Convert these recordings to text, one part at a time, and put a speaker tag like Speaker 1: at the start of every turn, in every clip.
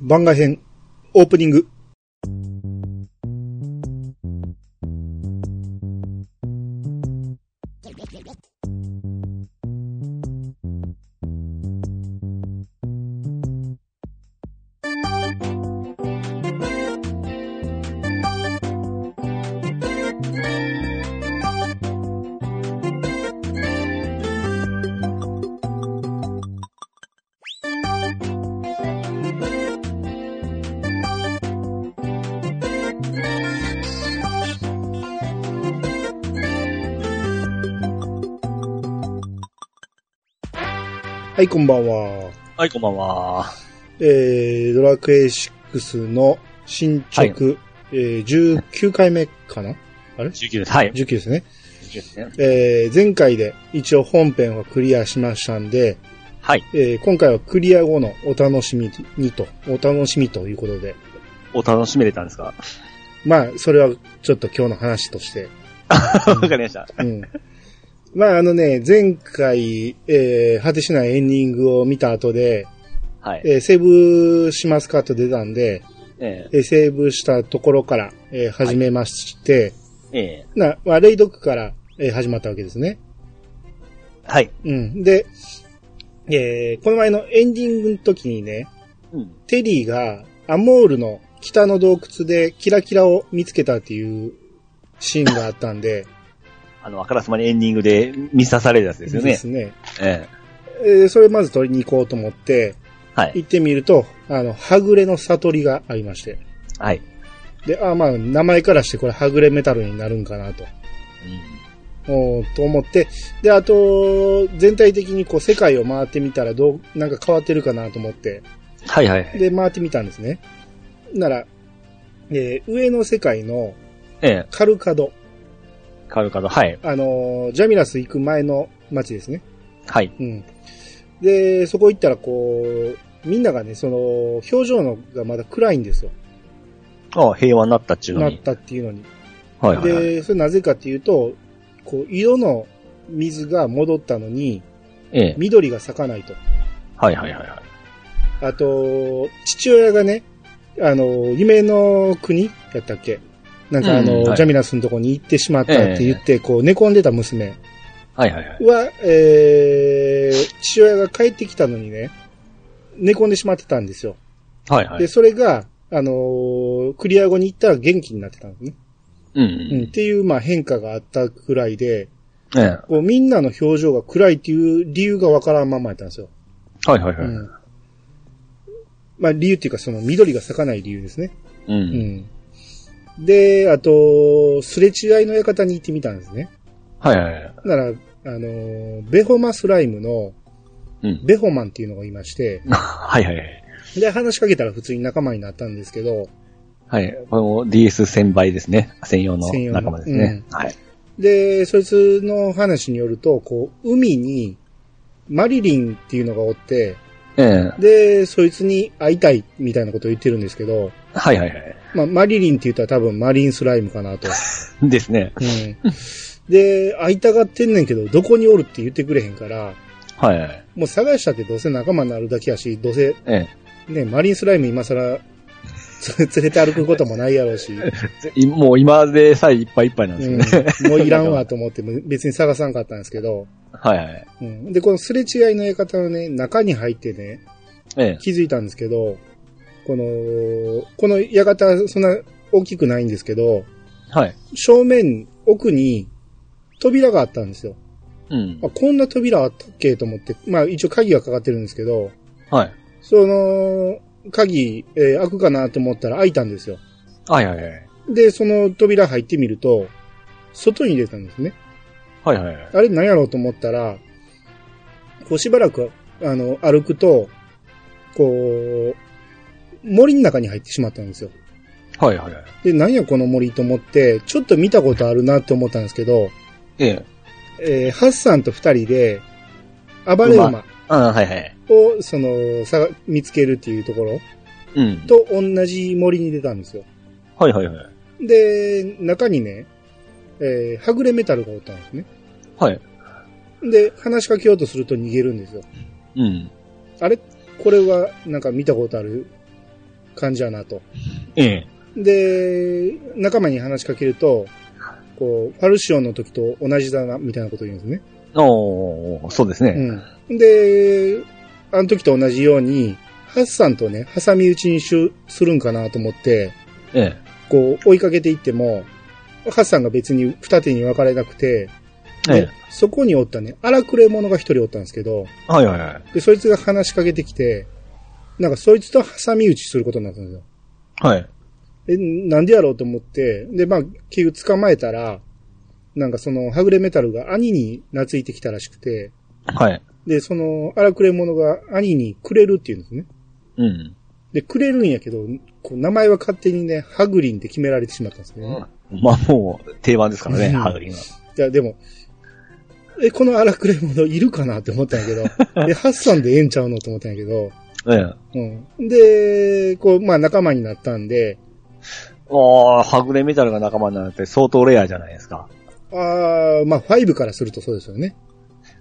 Speaker 1: 番外編、オープニング。はい、こんばんは。
Speaker 2: はい、こんばんは。
Speaker 1: えー、ドラクエ6の進捗、えー、19回目かな
Speaker 2: 19です。はい。
Speaker 1: ?19 ですね。
Speaker 2: 19ですね。
Speaker 1: えー、前回で一応本編はクリアしましたんで、
Speaker 2: はい。
Speaker 1: えー、今回はクリア後のお楽しみにと、お楽しみということで、
Speaker 2: お楽しみれたんですか
Speaker 1: まあ、それはちょっと今日の話として、
Speaker 2: わかりました。
Speaker 1: うん。まあ、あのね、前回、えー、果てしないエンディングを見た後で、
Speaker 2: はい。
Speaker 1: えー、セーブしますかと出たんで、
Speaker 2: え
Speaker 1: えーセーブしたところから、えー始めまして、
Speaker 2: ええ
Speaker 1: な、まあ、レイドックから、えー始まったわけですね。
Speaker 2: えはい。
Speaker 1: うん。で、えーこの前のエンディングの時にね、
Speaker 2: うん。
Speaker 1: テリーがアモールの北の洞窟でキラキラを見つけたっていうシーンがあったんで、
Speaker 2: あの、あからさまにエンディングで見さされるやつですよね。
Speaker 1: ね。
Speaker 2: ええ
Speaker 1: えーそれまず取りに行こうと思って、
Speaker 2: はい。
Speaker 1: 行ってみると、あの、はぐれの悟りがありまして。
Speaker 2: はい。
Speaker 1: で、あ、まあ、名前からしてこれはぐれメタルになるんかなと。おーと思って、で、あと、全体的にこう世界を回ってみたらどう、なんか変わってるかなと思って、
Speaker 2: うんはいはいはい。
Speaker 1: で、回ってみたんですね。なら、えー上の世界の
Speaker 2: ええ
Speaker 1: カルカド、
Speaker 2: 変わるかと。はい。
Speaker 1: あのージャミラス行く前の街ですね。
Speaker 2: はい。
Speaker 1: うん。で、そこ行ったらこう、みんながね、その、表情のがまだ暗いんですよ。
Speaker 2: ああ、平和になったっちゅうの
Speaker 1: なっ
Speaker 2: に。
Speaker 1: たっていうのに。
Speaker 2: はいはいはい。
Speaker 1: で、それなぜかっていうと、こう、色の水が戻ったのに、
Speaker 2: ええ
Speaker 1: 緑が咲かないと。
Speaker 2: はいはいはいはい。
Speaker 1: あと、父親がね、あの、夢の国やったっけなんかあの、
Speaker 2: うんはい
Speaker 1: ジャミラスのとこに行ってしまったって言って、こう、寝込んでた娘
Speaker 2: はいはいはい。
Speaker 1: は、えー、父親が帰ってきたのにね、寝込んでしまってたんですよ。
Speaker 2: はいは
Speaker 1: で、
Speaker 2: い。
Speaker 1: それが、あのークリア後に行ったら元気になってたんですね。
Speaker 2: うん
Speaker 1: う
Speaker 2: うん
Speaker 1: ん、っていう、まあ変化があったくらいで、
Speaker 2: ええ
Speaker 1: こう、みんなの表情が暗いっていう理由がわからんままやったんですよ。
Speaker 2: はいはい
Speaker 1: う
Speaker 2: はい。
Speaker 1: ん。まあ理由っていうか、その緑が咲かない理由ですね。
Speaker 2: う。
Speaker 1: うんん。で、あと、すれ違いの館に行ってみたんですね。
Speaker 2: はいはいはい。
Speaker 1: なら、あの、ベホマスライムの
Speaker 2: うん。
Speaker 1: ベホマンっていうのがいまして、
Speaker 2: はいはいはい。
Speaker 1: で、話しかけたら普通に仲間になったんですけど、
Speaker 2: はい。これも DS1000 倍ですね。専用の
Speaker 1: 専用の
Speaker 2: 仲間ですね。はい。
Speaker 1: で、そいつの話によると、こう、海にマリリンっていうのがおって、
Speaker 2: ええ
Speaker 1: で、そいつに会いたいみたいなことを言ってるんですけど、
Speaker 2: はいはいはい。
Speaker 1: まあ、マリリンって言ったら多分マリンスライムかなと。
Speaker 2: ですね。
Speaker 1: うん。で、会いたがってんねんけど、どこにおるって言ってくれへんから、
Speaker 2: はいはい。
Speaker 1: もう探したってどうせ仲間になるだけやし、どうせ
Speaker 2: ええ
Speaker 1: ね、マリンスライム今更 つ連れて歩くこともないやろうし、
Speaker 2: ぜいもう今でさえいっぱいいっぱいなんですよね。
Speaker 1: うん、もういらんわと思って別に探さんかったんですけど、
Speaker 2: はいはい。
Speaker 1: うん、で、このすれ違いの館のね、中に入ってね、
Speaker 2: ええ。
Speaker 1: 気づいたんですけど、この、この館はそんな大きくないんですけど、
Speaker 2: はい。
Speaker 1: 正面奥に扉があったんですよ。
Speaker 2: うん
Speaker 1: あ。こんな扉あったっけと思って、まあ一応鍵がかかってるんですけど、
Speaker 2: はい。
Speaker 1: その、鍵、えー開くかなと思ったら開いたんですよ。
Speaker 2: はいはいはい。
Speaker 1: で、その扉入ってみると、外に出たんですね。
Speaker 2: はいはいはい。
Speaker 1: あれ何やろうと思ったら、こうしばらく、あの、歩くと、こう、森の中に入ってしまったんですよ。
Speaker 2: はいはいはい。
Speaker 1: で、何やこの森と思って、ちょっと見たことあるなって思ったんですけど、
Speaker 2: ええ。
Speaker 1: えーハッサンと二人で、暴れ馬
Speaker 2: ああ、はいはい。
Speaker 1: を、その、さ、見つけるっていうところ
Speaker 2: うん。
Speaker 1: と同じ森に出たんですよ。
Speaker 2: はいはいはい。
Speaker 1: で、中にね、えーはぐれメタルがおったんですね。
Speaker 2: はい。
Speaker 1: で、話しかけようとすると逃げるんですよ。
Speaker 2: うん。
Speaker 1: あれこれは、なんか見たことある感じやなと。
Speaker 2: ええ。
Speaker 1: で、仲間に話しかけると、こう、ファルシオンの時と同じだな、みたいなこと言うんですね。
Speaker 2: おー、そうですね。
Speaker 1: うん。で、あの時と同じように、ハッサンとね、挟み撃ちにしゅするんかなと思って、
Speaker 2: ええ。
Speaker 1: こう、追いかけていっても、ハッサンが別に二手に分かれなくて、
Speaker 2: え
Speaker 1: でそこにおったね、荒くれ者が一人おったんですけど、
Speaker 2: え。はいはいはい。
Speaker 1: で、そいつが話しかけてきて、なんかそいつと挟み撃ちすることになったんですよ。
Speaker 2: はい。
Speaker 1: え、なんでやろうと思って、で、まあ、結局捕まえたら、なんかその、はぐれメタルが兄に懐いてきたらしくて、
Speaker 2: はい。
Speaker 1: で、その、荒くれ者が兄にくれるって言うんですね。
Speaker 2: うん。
Speaker 1: で、くれるんやけど、こう名前は勝手にね、ハグリンって決められてしまったんですね。
Speaker 2: まあもう、定番ですからね、
Speaker 1: うん
Speaker 2: ハグリンは。
Speaker 1: いや、でも、え、この荒くれ者いるかなって思ったんやけど、で、ハッサンでええんちゃうのと思ったんやけど、
Speaker 2: ええ。
Speaker 1: うん。で、こう、まあ仲間になったんで、
Speaker 2: ああ、はぐれメタルが仲間になって相当レアじゃないですか。
Speaker 1: あー、まあ5からするとそうですよね。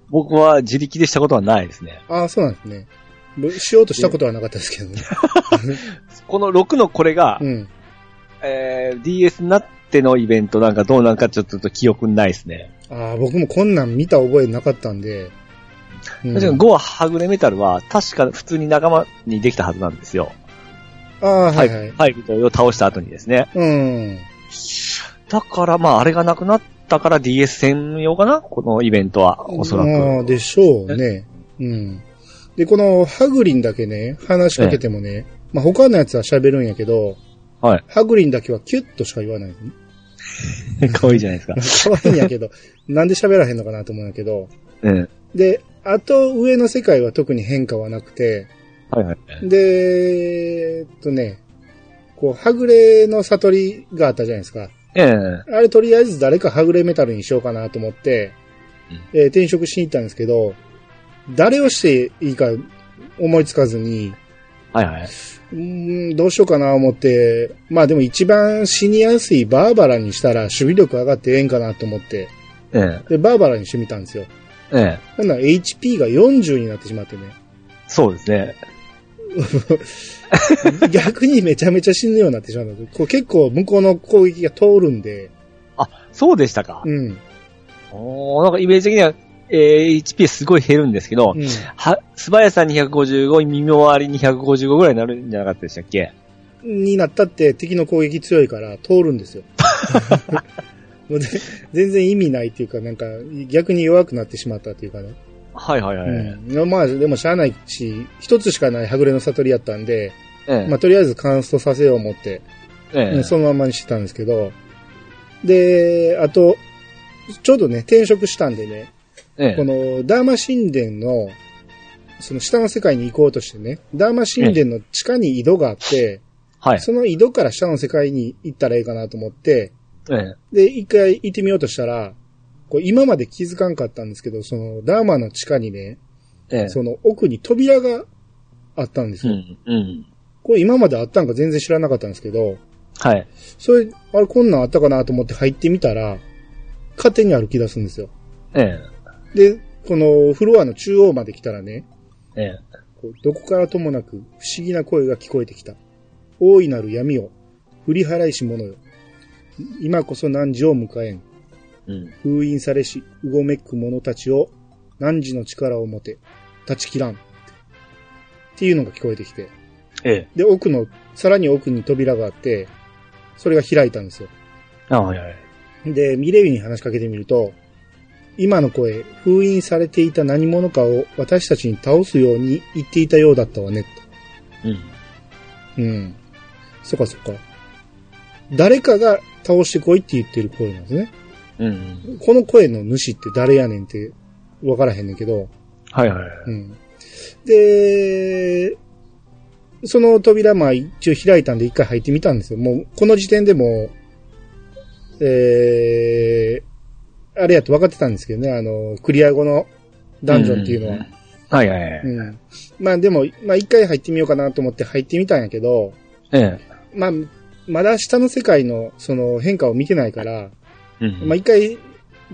Speaker 2: 僕は自力でしたことはないですね。
Speaker 1: ああ、そうなんですね。ぼしようとしたことはなかったですけどね。
Speaker 2: この6のこれが、
Speaker 1: うん。
Speaker 2: えー、DS になってのイベントなんかどうなんかちょっと記憶にないですね。
Speaker 1: ああ、僕もこんなん見た覚えなかったんで。うん
Speaker 2: 確かに5ははぐれメタルは確か普通に仲間にできたはずなんですよ。
Speaker 1: ああ、はいはい。
Speaker 2: ハイブ同様倒した後にですね。
Speaker 1: うん。
Speaker 2: だからまああれがなくなったから DS 専用かなこのイベントは、おそら
Speaker 1: まあ
Speaker 2: く。
Speaker 1: でしょうね。うん。で、この、ハグリンだけね、話しかけてもね、まあ他のやつは喋るんやけど、
Speaker 2: はい。
Speaker 1: ハグリンだけはキュッとしか言わない。
Speaker 2: 可愛いじゃないですか。
Speaker 1: 可愛いんやけど、なんで喋らへんのかなと思うんやけど。
Speaker 2: うん。
Speaker 1: で、あと上の世界は特に変化はなくて、
Speaker 2: はいはい。
Speaker 1: で、えっとね、こう、はぐれの悟りがあったじゃないですか。
Speaker 2: ええ
Speaker 1: あれとりあえず誰かはぐれメタルにしようかなと思って、えー転職しに行ったんですけど、誰をしていいか思いつかずに、
Speaker 2: はいはい。
Speaker 1: うーん、どうしようかな思って、まあでも一番死にやすいバーバラにしたら守備力上がってええんかなと思って、
Speaker 2: ええ
Speaker 1: で、バーバラにしてみたんですよ。
Speaker 2: ええ
Speaker 1: ほんなら HP が40になってしまってね、
Speaker 2: そうですね。
Speaker 1: 逆にめちゃめちゃ死ぬようになってしまったんですこう結構向こうの攻撃が通るんで、
Speaker 2: そうでしたか。
Speaker 1: うん。
Speaker 2: おーなんかイメージ的には、えー、HP すごい減るんですけど、
Speaker 1: うん
Speaker 2: は、素早さ255、耳回り255ぐらいになるんじゃなかったでしたっけ
Speaker 1: になったって敵の攻撃強いから通るん ですよ。もうぜ全然意味ないっていうか、なんか逆に弱くなってしまったっていうかね。
Speaker 2: はいはいはい。
Speaker 1: うん、まあでもしゃあないし、一つしかないはぐれの悟りやったんで、
Speaker 2: ええ
Speaker 1: まあとりあえずカンストさせよう思って、
Speaker 2: ええ
Speaker 1: そのままにしてたんですけど、で、あと、ちょうどね、転職したんでね、
Speaker 2: ええ
Speaker 1: このダーマ神殿の、その下の世界に行こうとしてね、ダーマ神殿の地下に井戸があって、
Speaker 2: はい。
Speaker 1: その井戸から下の世界に行ったらいいかなと思って、
Speaker 2: ええ
Speaker 1: で、一回行ってみようとしたら、こう今まで気づかんかったんですけど、そのダーマの地下にね、
Speaker 2: ええ
Speaker 1: その奥に扉があったんです
Speaker 2: う
Speaker 1: よ。
Speaker 2: ん、うん。
Speaker 1: これ今まであったんか全然知らなかったんですけど、
Speaker 2: はい。
Speaker 1: それ、あれこんなんあったかなと思って入ってみたら、勝手に歩き出すんですよ。
Speaker 2: ええ
Speaker 1: で、このフロアの中央まで来たらね、
Speaker 2: ええ
Speaker 1: こうどこからともなく不思議な声が聞こえてきた。大いなる闇を、振り払いし者よ。今こそ何時を迎えん。
Speaker 2: うん。
Speaker 1: 封印されし、うごめく者たちを、何時の力をもて、断ち切らん。っていうのが聞こえてきて。
Speaker 2: ええ
Speaker 1: で、奥の、さらに奥に扉があって、それが開いたんですよ。
Speaker 2: あはいはい。
Speaker 1: で、ミレイユに話しかけてみると、今の声、封印されていた何者かを私たちに倒すように言っていたようだったわね、と。
Speaker 2: うん。
Speaker 1: うん。そっかそっか。誰かが倒してこいって言ってる声なんですね。
Speaker 2: うん。
Speaker 1: この声の主って誰やねんって分からへんねんけど。
Speaker 2: はいはい。
Speaker 1: うん。で、その扉、まあ一応開いたんで一回入ってみたんですよ。もう、この時点でもう、えー、あれやと分かってたんですけどね、あの、クリア後のダンジョンっていうのは。
Speaker 2: ん。はいはいはい。
Speaker 1: うん。まあでも、まあ一回入ってみようかなと思って入ってみたんやけど、
Speaker 2: ええ
Speaker 1: まあ、まだ下の世界のその変化を見てないから、
Speaker 2: うん
Speaker 1: まあ一回、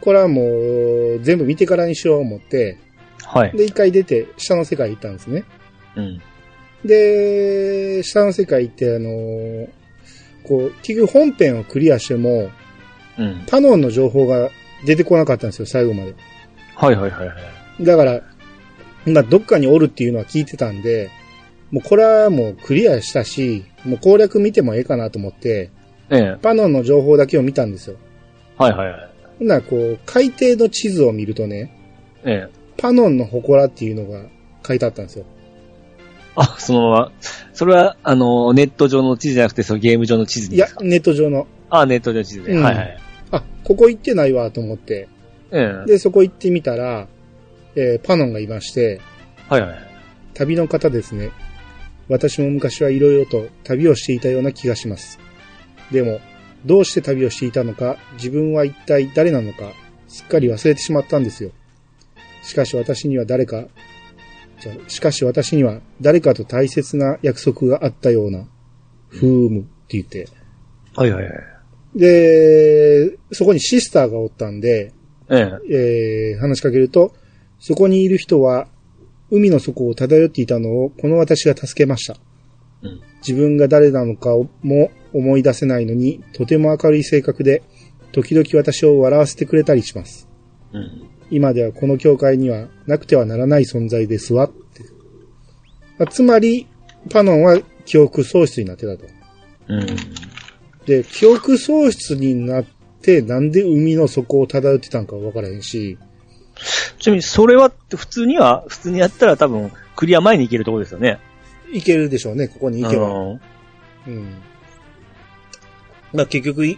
Speaker 1: これはもう全部見てからにしよう思って、
Speaker 2: はい。
Speaker 1: で一回出て下の世界行ったんですね。
Speaker 2: うん。
Speaker 1: で、下の世界って、あのーこう、結局本編をクリアしても、
Speaker 2: うん。
Speaker 1: パノンの情報が出てこなかったんですよ、最後まで。
Speaker 2: はいはいはいはい。
Speaker 1: だから、まあ、どっかにおるっていうのは聞いてたんで、もうこれはもうクリアしたし、もう攻略見てもええかなと思って、
Speaker 2: ええ。
Speaker 1: パノンの情報だけを見たんですよ。
Speaker 2: はいはいはい。
Speaker 1: ほんならこう、海底の地図を見るとね、
Speaker 2: ええ。
Speaker 1: パノンの祠っていうのが書いてあったんですよ。
Speaker 2: あ、そのまま。それは、あの、ネット上の地図じゃなくて、そのゲーム上の地図
Speaker 1: い
Speaker 2: で
Speaker 1: や
Speaker 2: す、か
Speaker 1: ネット上の。
Speaker 2: あ、ネット上の地図で。
Speaker 1: うん
Speaker 2: はいはい。
Speaker 1: あ、ここ行ってないわと思って。
Speaker 2: ええ。
Speaker 1: で、そこ行ってみたら、えーパノンがいまして、
Speaker 2: はいはい。
Speaker 1: 旅の方ですね。私も昔はいろいろと旅をしていたような気がします。でも、どうして旅をしていたのか、自分は一体誰なのか、すっかり忘れてしまったんですよ。しかし私には誰か、じゃあしかし私には誰かと大切な約束があったような、ふーむって言って。
Speaker 2: はいはいはい。
Speaker 1: で、そこにシスターがおったんで、
Speaker 2: ええ。
Speaker 1: えー話しかけると、そこにいる人は、海の底を漂っていたのを、この私が助けました。
Speaker 2: うん
Speaker 1: 自分が誰なのかをも思い出せないのに、とても明るい性格で、時々私を笑わせてくれたりします。
Speaker 2: うん。
Speaker 1: 今ではこの教会にはなくてはならない存在ですわ、って。まあつまり、パノンは記憶喪失になってたと。
Speaker 2: うん。
Speaker 1: で、記憶喪失になって、なんで海の底を漂ってたんかわからへんし、
Speaker 2: ちなみに、それは、普通には、普通にやったら多分、クリア前に行けるところですよね。
Speaker 1: いけるでしょうね、ここに行けば。
Speaker 2: うん
Speaker 1: うん。まあ結局い、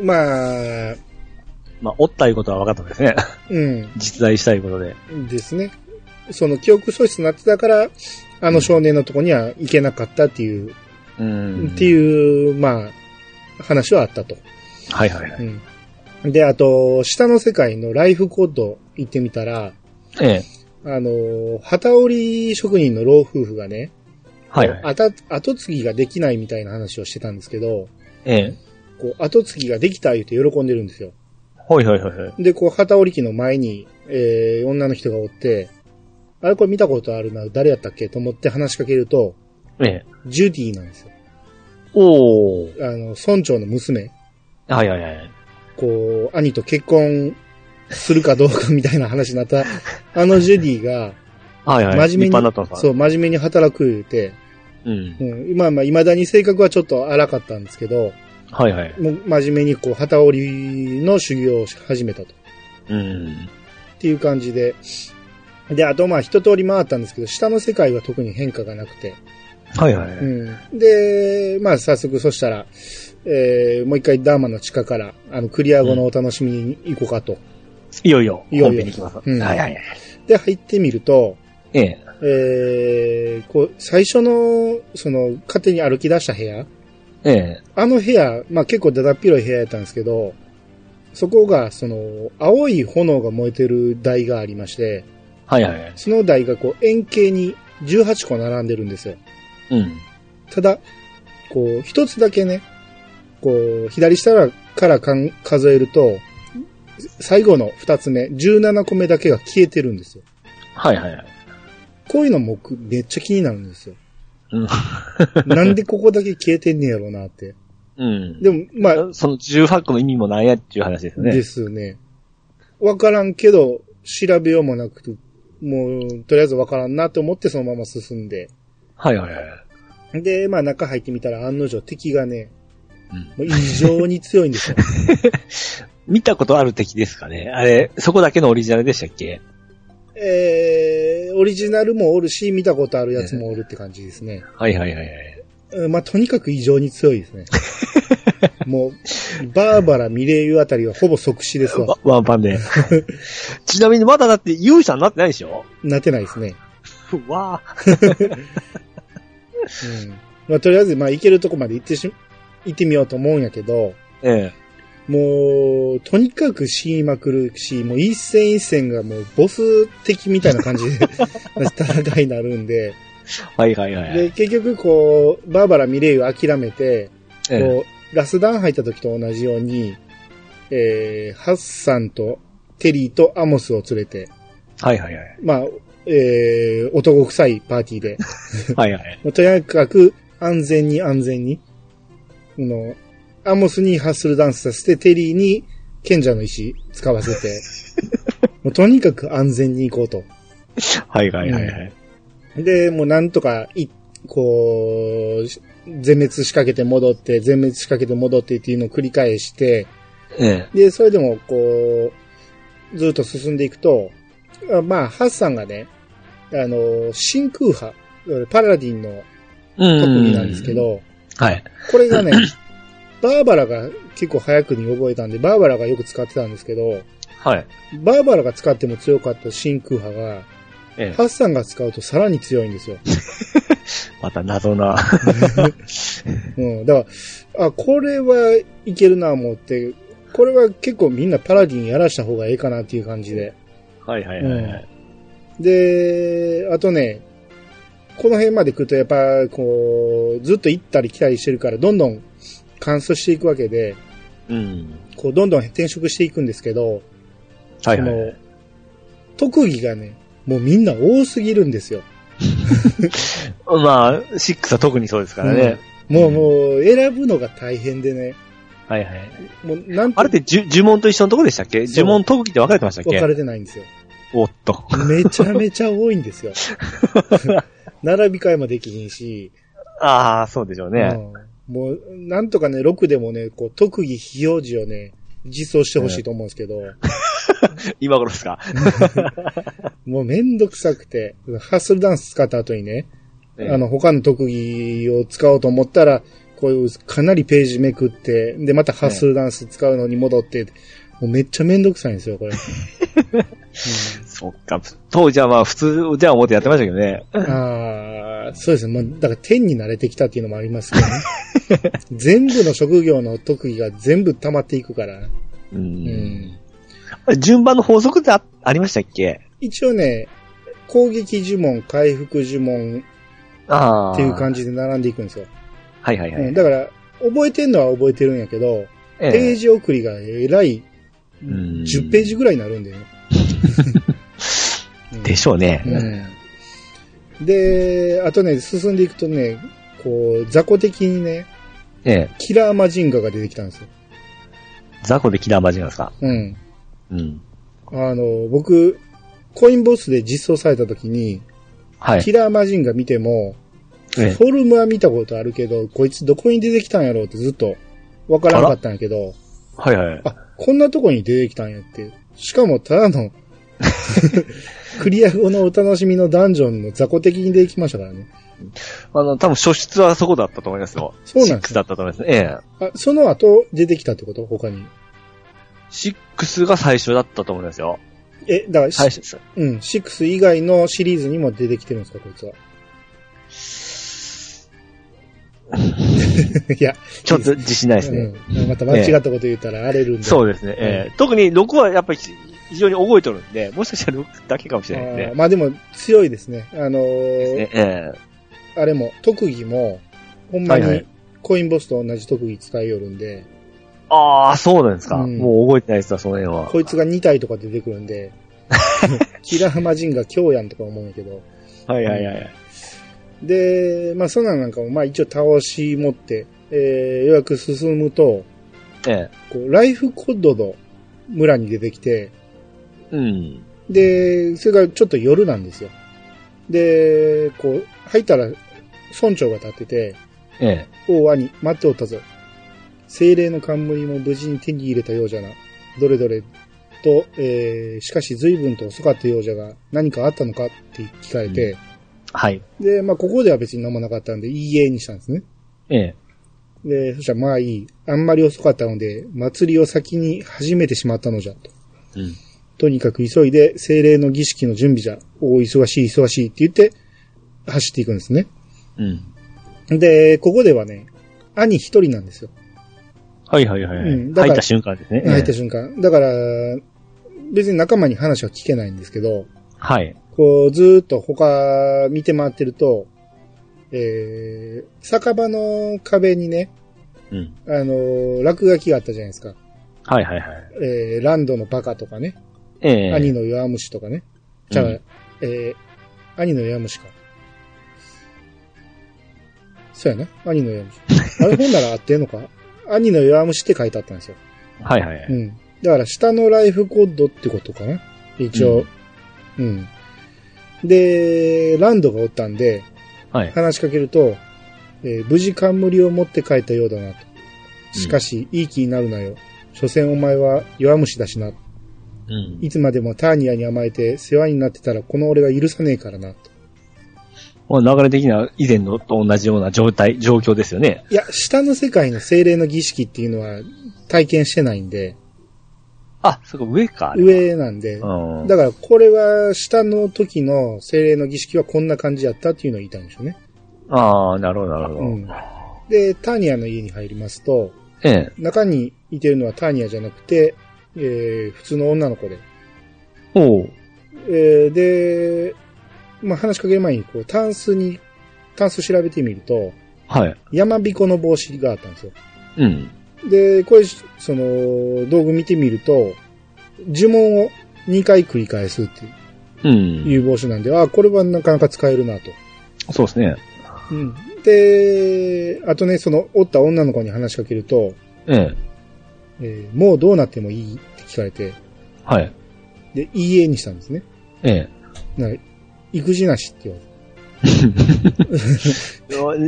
Speaker 1: まあ、
Speaker 2: まあ、おったいうことは分かったですね。
Speaker 1: う
Speaker 2: 実在したいことで。
Speaker 1: ん、ですね。その記憶喪失になってたから、あの少年のとこには行けなかったっていう、
Speaker 2: うん。
Speaker 1: って
Speaker 2: う。
Speaker 1: いう、まあ、話はあったと。
Speaker 2: はいはいは
Speaker 1: う
Speaker 2: い。
Speaker 1: ん。で、あと、下の世界のライフコード行ってみたら、
Speaker 2: ええ。
Speaker 1: あの、旗織り職人の老夫婦がね、
Speaker 2: はいはい。
Speaker 1: あた後継ぎができないみたいな話をしてたんですけど、
Speaker 2: ええ。
Speaker 1: こう、後継ぎができた言うて喜んでるんですよ。
Speaker 2: はいはいはいはい。
Speaker 1: で、こう、旗織り機の前に、えー、女の人がおって、あれこれ見たことあるな、誰やったっけと思って話しかけると、
Speaker 2: ええ。
Speaker 1: ジュディなんですよ。
Speaker 2: おー。
Speaker 1: あの、村長の娘。
Speaker 2: はいはいはい。
Speaker 1: こう、兄と結婚するかどうかみたいな話にな った、あのジュディが、
Speaker 2: はいはい。
Speaker 1: 真面目
Speaker 2: 立派だ
Speaker 1: に
Speaker 2: ったんです、か
Speaker 1: そう、真面目に働く言うて、
Speaker 2: うん。
Speaker 1: うん、まあまあ、未だに性格はちょっと荒かったんですけど、
Speaker 2: はいはい。
Speaker 1: もう真面目にこう、旗織りの修行をし始めたと。
Speaker 2: うん。
Speaker 1: っていう感じで。で、あとまあ一通り回ったんですけど、下の世界は特に変化がなくて。
Speaker 2: はいはい。
Speaker 1: うん、で、まあ早速そしたら、えー、もう一回ダーマの地下から、あの、クリア後のお楽しみに行こうかと。
Speaker 2: いよいよ、
Speaker 1: いよいよ
Speaker 2: 本編に行きます。
Speaker 1: うん
Speaker 2: はいはいはい。
Speaker 1: で、入ってみると、
Speaker 2: ええ。
Speaker 1: えー、こう、最初の、その、勝手に歩き出した部屋
Speaker 2: ええ。
Speaker 1: あの部屋、まあ結構だだっ広い部屋やったんですけど、そこが、その、青い炎が燃えてる台がありまして、
Speaker 2: はいはいはい。
Speaker 1: その台がこう、円形に18個並んでるんですよ。
Speaker 2: うん。
Speaker 1: ただ、こう、一つだけね、こう、左下からかん数えると、最後の二つ目、17個目だけが消えてるんですよ。
Speaker 2: はいはいはい。
Speaker 1: こういうのも僕めっちゃ気になるんですよ。
Speaker 2: うん。
Speaker 1: なんでここだけ消えてんねやろうなって。
Speaker 2: うん。
Speaker 1: でも、まあ、
Speaker 2: その18個の意味もないやっていう話ですよね。
Speaker 1: ですね。わからんけど、調べようもなくて、もう、とりあえずわからんなと思ってそのまま進んで。
Speaker 2: はいはいはい。
Speaker 1: で、まあ中入ってみたら案の定敵がね、
Speaker 2: うん
Speaker 1: もう異常に強いんですよ。
Speaker 2: 見たことある敵ですかねあれ、そこだけのオリジナルでしたっけ
Speaker 1: えー、オリジナルもおるし、見たことあるやつもおるって感じですね。
Speaker 2: はいはいはいはい。
Speaker 1: うんまあ、とにかく異常に強いですね。もう、バーバラ、ミレイユあたりはほぼ即死ですわ
Speaker 2: ワ。ワンパ ンで。ちなみにまだだって勇者になってないでしょ
Speaker 1: なってないですね。
Speaker 2: わあ。
Speaker 1: うん。まあ、とりあえず、まあ、行けるとこまで行ってし、行ってみようと思うんやけど、
Speaker 2: ええ。
Speaker 1: もう、とにかく死にまくるし、もう一戦一戦がもうボス敵みたいな感じで戦いになるんで、
Speaker 2: はいはいはい。
Speaker 1: で、結局こう、バーバラ、ミレイユ諦めて、
Speaker 2: ええ
Speaker 1: こう、ラスダン入った時と同じように、えー、ハッサンとテリーとアモスを連れて、
Speaker 2: はいはいはい。
Speaker 1: まあ、えー、男臭いパーティーで、
Speaker 2: はいはい。
Speaker 1: もうとにかく安全に安全に、あの、アモスにハッスルダンスさせて、テリーに賢者の石使わせ て、もうとにかく安全に行こうと。
Speaker 2: はいはいはいはい。
Speaker 1: で、もうなんとか、い、こう、全滅仕掛けて戻って、全滅仕掛けて戻ってっていうのを繰り返して、
Speaker 2: え
Speaker 1: で、それでも、こう、ずっと進んでいくと、あまあ、ハッサンがね、あの、真空波、パラディンの
Speaker 2: え。う
Speaker 1: 特技なんですけ。ど、
Speaker 2: はい。
Speaker 1: これがね、 バーバラが結構早くに覚えたんで、バーバラがよく使ってたんですけど、
Speaker 2: はい。
Speaker 1: バーバラが使っても強かった真空波が、
Speaker 2: ええ。
Speaker 1: ハッサンが使うとさらに強いんですよ。
Speaker 2: また謎な。
Speaker 1: うん。だから、あ、これはいけるな思って、これは結構みんなパラディンやらした方がええかなっていう感じで。
Speaker 2: はいはいはいはい。
Speaker 1: で、あとね、この辺まで来るとやっぱ、こう、ずっと行ったり来たりしてるから、どんどん乾燥していくわけで、
Speaker 2: うん。
Speaker 1: こう、どんどん転職していくんですけど、
Speaker 2: はいはいは
Speaker 1: その、特技がね、もうみんな多すぎるんですよ。
Speaker 2: い。まあ、シックスは特にそうですからね。
Speaker 1: もう、
Speaker 2: うん
Speaker 1: もう、選ぶのが大変でね、
Speaker 2: はいはい。
Speaker 1: もう、なんと
Speaker 2: あれってじゅ呪文と一緒のとこでしたっけ
Speaker 1: そう
Speaker 2: 呪文特技って分かれてましたっ
Speaker 1: 分か
Speaker 2: け
Speaker 1: れてないんですよ。
Speaker 2: おっと。
Speaker 1: めちゃめちゃ多いんです よ。並び替えもできひんし、
Speaker 2: ああ、そうでしょうね。
Speaker 1: うんもう、なんとかね、6でもね、こう、特技非表示をね、実装してほしいと思うんですけど、
Speaker 2: 今頃ですか。
Speaker 1: もうめんどくさくて、ハッスルダンス使った後にね、あの、他の特技を使おうと思ったら、こういうかなりページめくって、で、またハッスルダンス使うのに戻って、もうめっちゃめんどくさいんです よ、これ。
Speaker 2: そっか。当時はまあ普通じゃあ思ってやってましたけどね。
Speaker 1: ああ、そうですね。もう、だから天に慣れてきたっていうのもありますけどね。 全部の職業の特技が全部溜まっていくから。
Speaker 2: う。
Speaker 1: うんん。
Speaker 2: あれ順番の法則ってあありましたっけ
Speaker 1: 一応ね、攻撃呪文、回復呪文
Speaker 2: ああ。
Speaker 1: っていう感
Speaker 2: じ。
Speaker 1: じで並んでいくんですよ。
Speaker 2: はいはいは
Speaker 1: うん
Speaker 2: い。
Speaker 1: だから、覚えてんのは覚えてるんやけど、
Speaker 2: ええ
Speaker 1: ページ送りがえらい、
Speaker 2: うん
Speaker 1: 10ページぐらいになるんだよね。うん
Speaker 2: でしょうね。
Speaker 1: うんで、あとね、進んでいくとね、こう、雑魚的にね、
Speaker 2: ええ。
Speaker 1: キラーマジンガが出てきたんですよ。
Speaker 2: 雑魚でキラーマジなんですか
Speaker 1: うん。
Speaker 2: うん。
Speaker 1: あの、僕、コインボスで実装された時に、
Speaker 2: はい。
Speaker 1: キラーマジンガ見ても、
Speaker 2: ええ
Speaker 1: フォルムは見たことあるけど、こいつどこに出てきたんやろうってずっとわからなかったんやけど、
Speaker 2: はいはい。
Speaker 1: あこんなとこに出てきたんやって。しかもただ の、クリア後のお楽しみのダンジョンの雑魚的に出てきましたからね。
Speaker 2: あの、多分初出はそこだったと思いますよ。
Speaker 1: そうなんですね
Speaker 2: 6だったと思いますね。ええ。
Speaker 1: あ、その後出てきたってこと他に。
Speaker 2: 6が最初だったと思いますよ。
Speaker 1: え、だから、
Speaker 2: 最初です。
Speaker 1: うん、6以外のシリーズにも出てきてるんですか、こいつ は。いや、
Speaker 2: ちょっと自信ないですね。
Speaker 1: うん、また間違ったこと言ったら荒れるんで。
Speaker 2: そうですね。ええ特に6はやっぱり非常に覚えとるんで、もしかしたら6だけかもしれない
Speaker 1: あ
Speaker 2: で
Speaker 1: ーまあでも強いですね。あのー
Speaker 2: すね。ええ
Speaker 1: あれも、特技も、ほんま
Speaker 2: はいは
Speaker 1: に
Speaker 2: い
Speaker 1: コインボスと同じ特技使いよるんで、
Speaker 2: ああ、そうなんですか。
Speaker 1: うん
Speaker 2: もう覚えてないですわ、その辺は。
Speaker 1: こいつが2体とか出てくるん で、キラハマジンが強やんとか思うんやけど。
Speaker 2: はいはいはい。
Speaker 1: で、まあそんなんなんかも、まあ一応倒し持って、えー、ようやく進むと、
Speaker 2: ええ。
Speaker 1: こう、ライフコッドの村に出てきて、
Speaker 2: うん。
Speaker 1: で、それからちょっと夜なんですよ。で、こう、入ったら、村長が立ってて、
Speaker 2: ええ。
Speaker 1: お兄、待っておったぞ。精霊の冠も無事に手に入れたようじゃな。どれどれと、えー、しかし随分と遅かったようじゃが、何かあったのかって聞かれて、
Speaker 2: はい。
Speaker 1: で、まあ、ここでは別に何もなかったんで、いいえにしたんですね。
Speaker 2: ええ。
Speaker 1: で、そしたら、まあいい。あんまり遅かったので、祭りを先に始めてしまったのじゃ、と。
Speaker 2: うん。
Speaker 1: とにかく急いで、精霊の儀式の準備じゃ。おお、忙しい、忙しいって言って、走っていくんですね。
Speaker 2: うん。
Speaker 1: で、ここではね、兄一人なんですよ。
Speaker 2: はいはいはいはい。
Speaker 1: うんだから
Speaker 2: 入った瞬間ですね。
Speaker 1: 入った
Speaker 2: ええ
Speaker 1: 瞬間。だから、別に仲間に話は聞けないんですけど、
Speaker 2: はい。
Speaker 1: こう、ずーっと他見て回ってると、えー、酒場の壁にね、
Speaker 2: うん。
Speaker 1: あのー落書きがあったじゃないですか。
Speaker 2: はいはいはい。
Speaker 1: えー、ランドのバカとかね、
Speaker 2: ええ。
Speaker 1: 兄の弱虫とかね、じゃあ、
Speaker 2: うん
Speaker 1: えー、兄の弱虫か。そうやな。兄の弱虫。あれ本なら合ってんのか 兄の弱虫って書いてあったんですよ。
Speaker 2: はいはいうはい。
Speaker 1: ん。だから下のライフコッドってことかな一応。うん。で、ランドがおったんで、
Speaker 2: はい。
Speaker 1: 話しかけると、えー無事冠を持って帰ったようだなと。しかし、いい気になるなよ。所詮お前は弱虫だしな。
Speaker 2: うん。
Speaker 1: いつまでもターニアに甘えて世話になってたらこの俺が許さねえからな。
Speaker 2: まあ流れ的には以前のと同じような状態、状況ですよね。
Speaker 1: いや、下の世界の精霊の儀式っていうのは体験してないんで、
Speaker 2: あ、そこ上か。あれは。
Speaker 1: 上なんで、
Speaker 2: うん。
Speaker 1: だからこれは下の時の精霊の儀式はこんな感じやったっていうのを言いたいんでしょうね。
Speaker 2: ああ、なるほど、なるほど。
Speaker 1: うん。で、ターニアの家に入りますと、
Speaker 2: ええ。
Speaker 1: 中にいてるのはターニアじゃなくて、えー、普通の女の子で。
Speaker 2: おう。
Speaker 1: えー、で、まあ、話しかける前に、こう、タンスに、タンス調べてみると、
Speaker 2: はい。
Speaker 1: 山彦の帽子があったんですよ。
Speaker 2: うん。
Speaker 1: で、これ、その、道具見てみると、呪文を2回繰り返すって
Speaker 2: う
Speaker 1: い
Speaker 2: ん。
Speaker 1: う帽子なんで、あこれはなかなか使えるなと。
Speaker 2: そうですね。
Speaker 1: うん。で、あとね、その、おった女の子に話しかけると、
Speaker 2: ええ。
Speaker 1: えーもうどうなってもいいって聞かれて、
Speaker 2: はい。
Speaker 1: で、いいえにしたんですね。
Speaker 2: ええ。
Speaker 1: な育児なしって言わ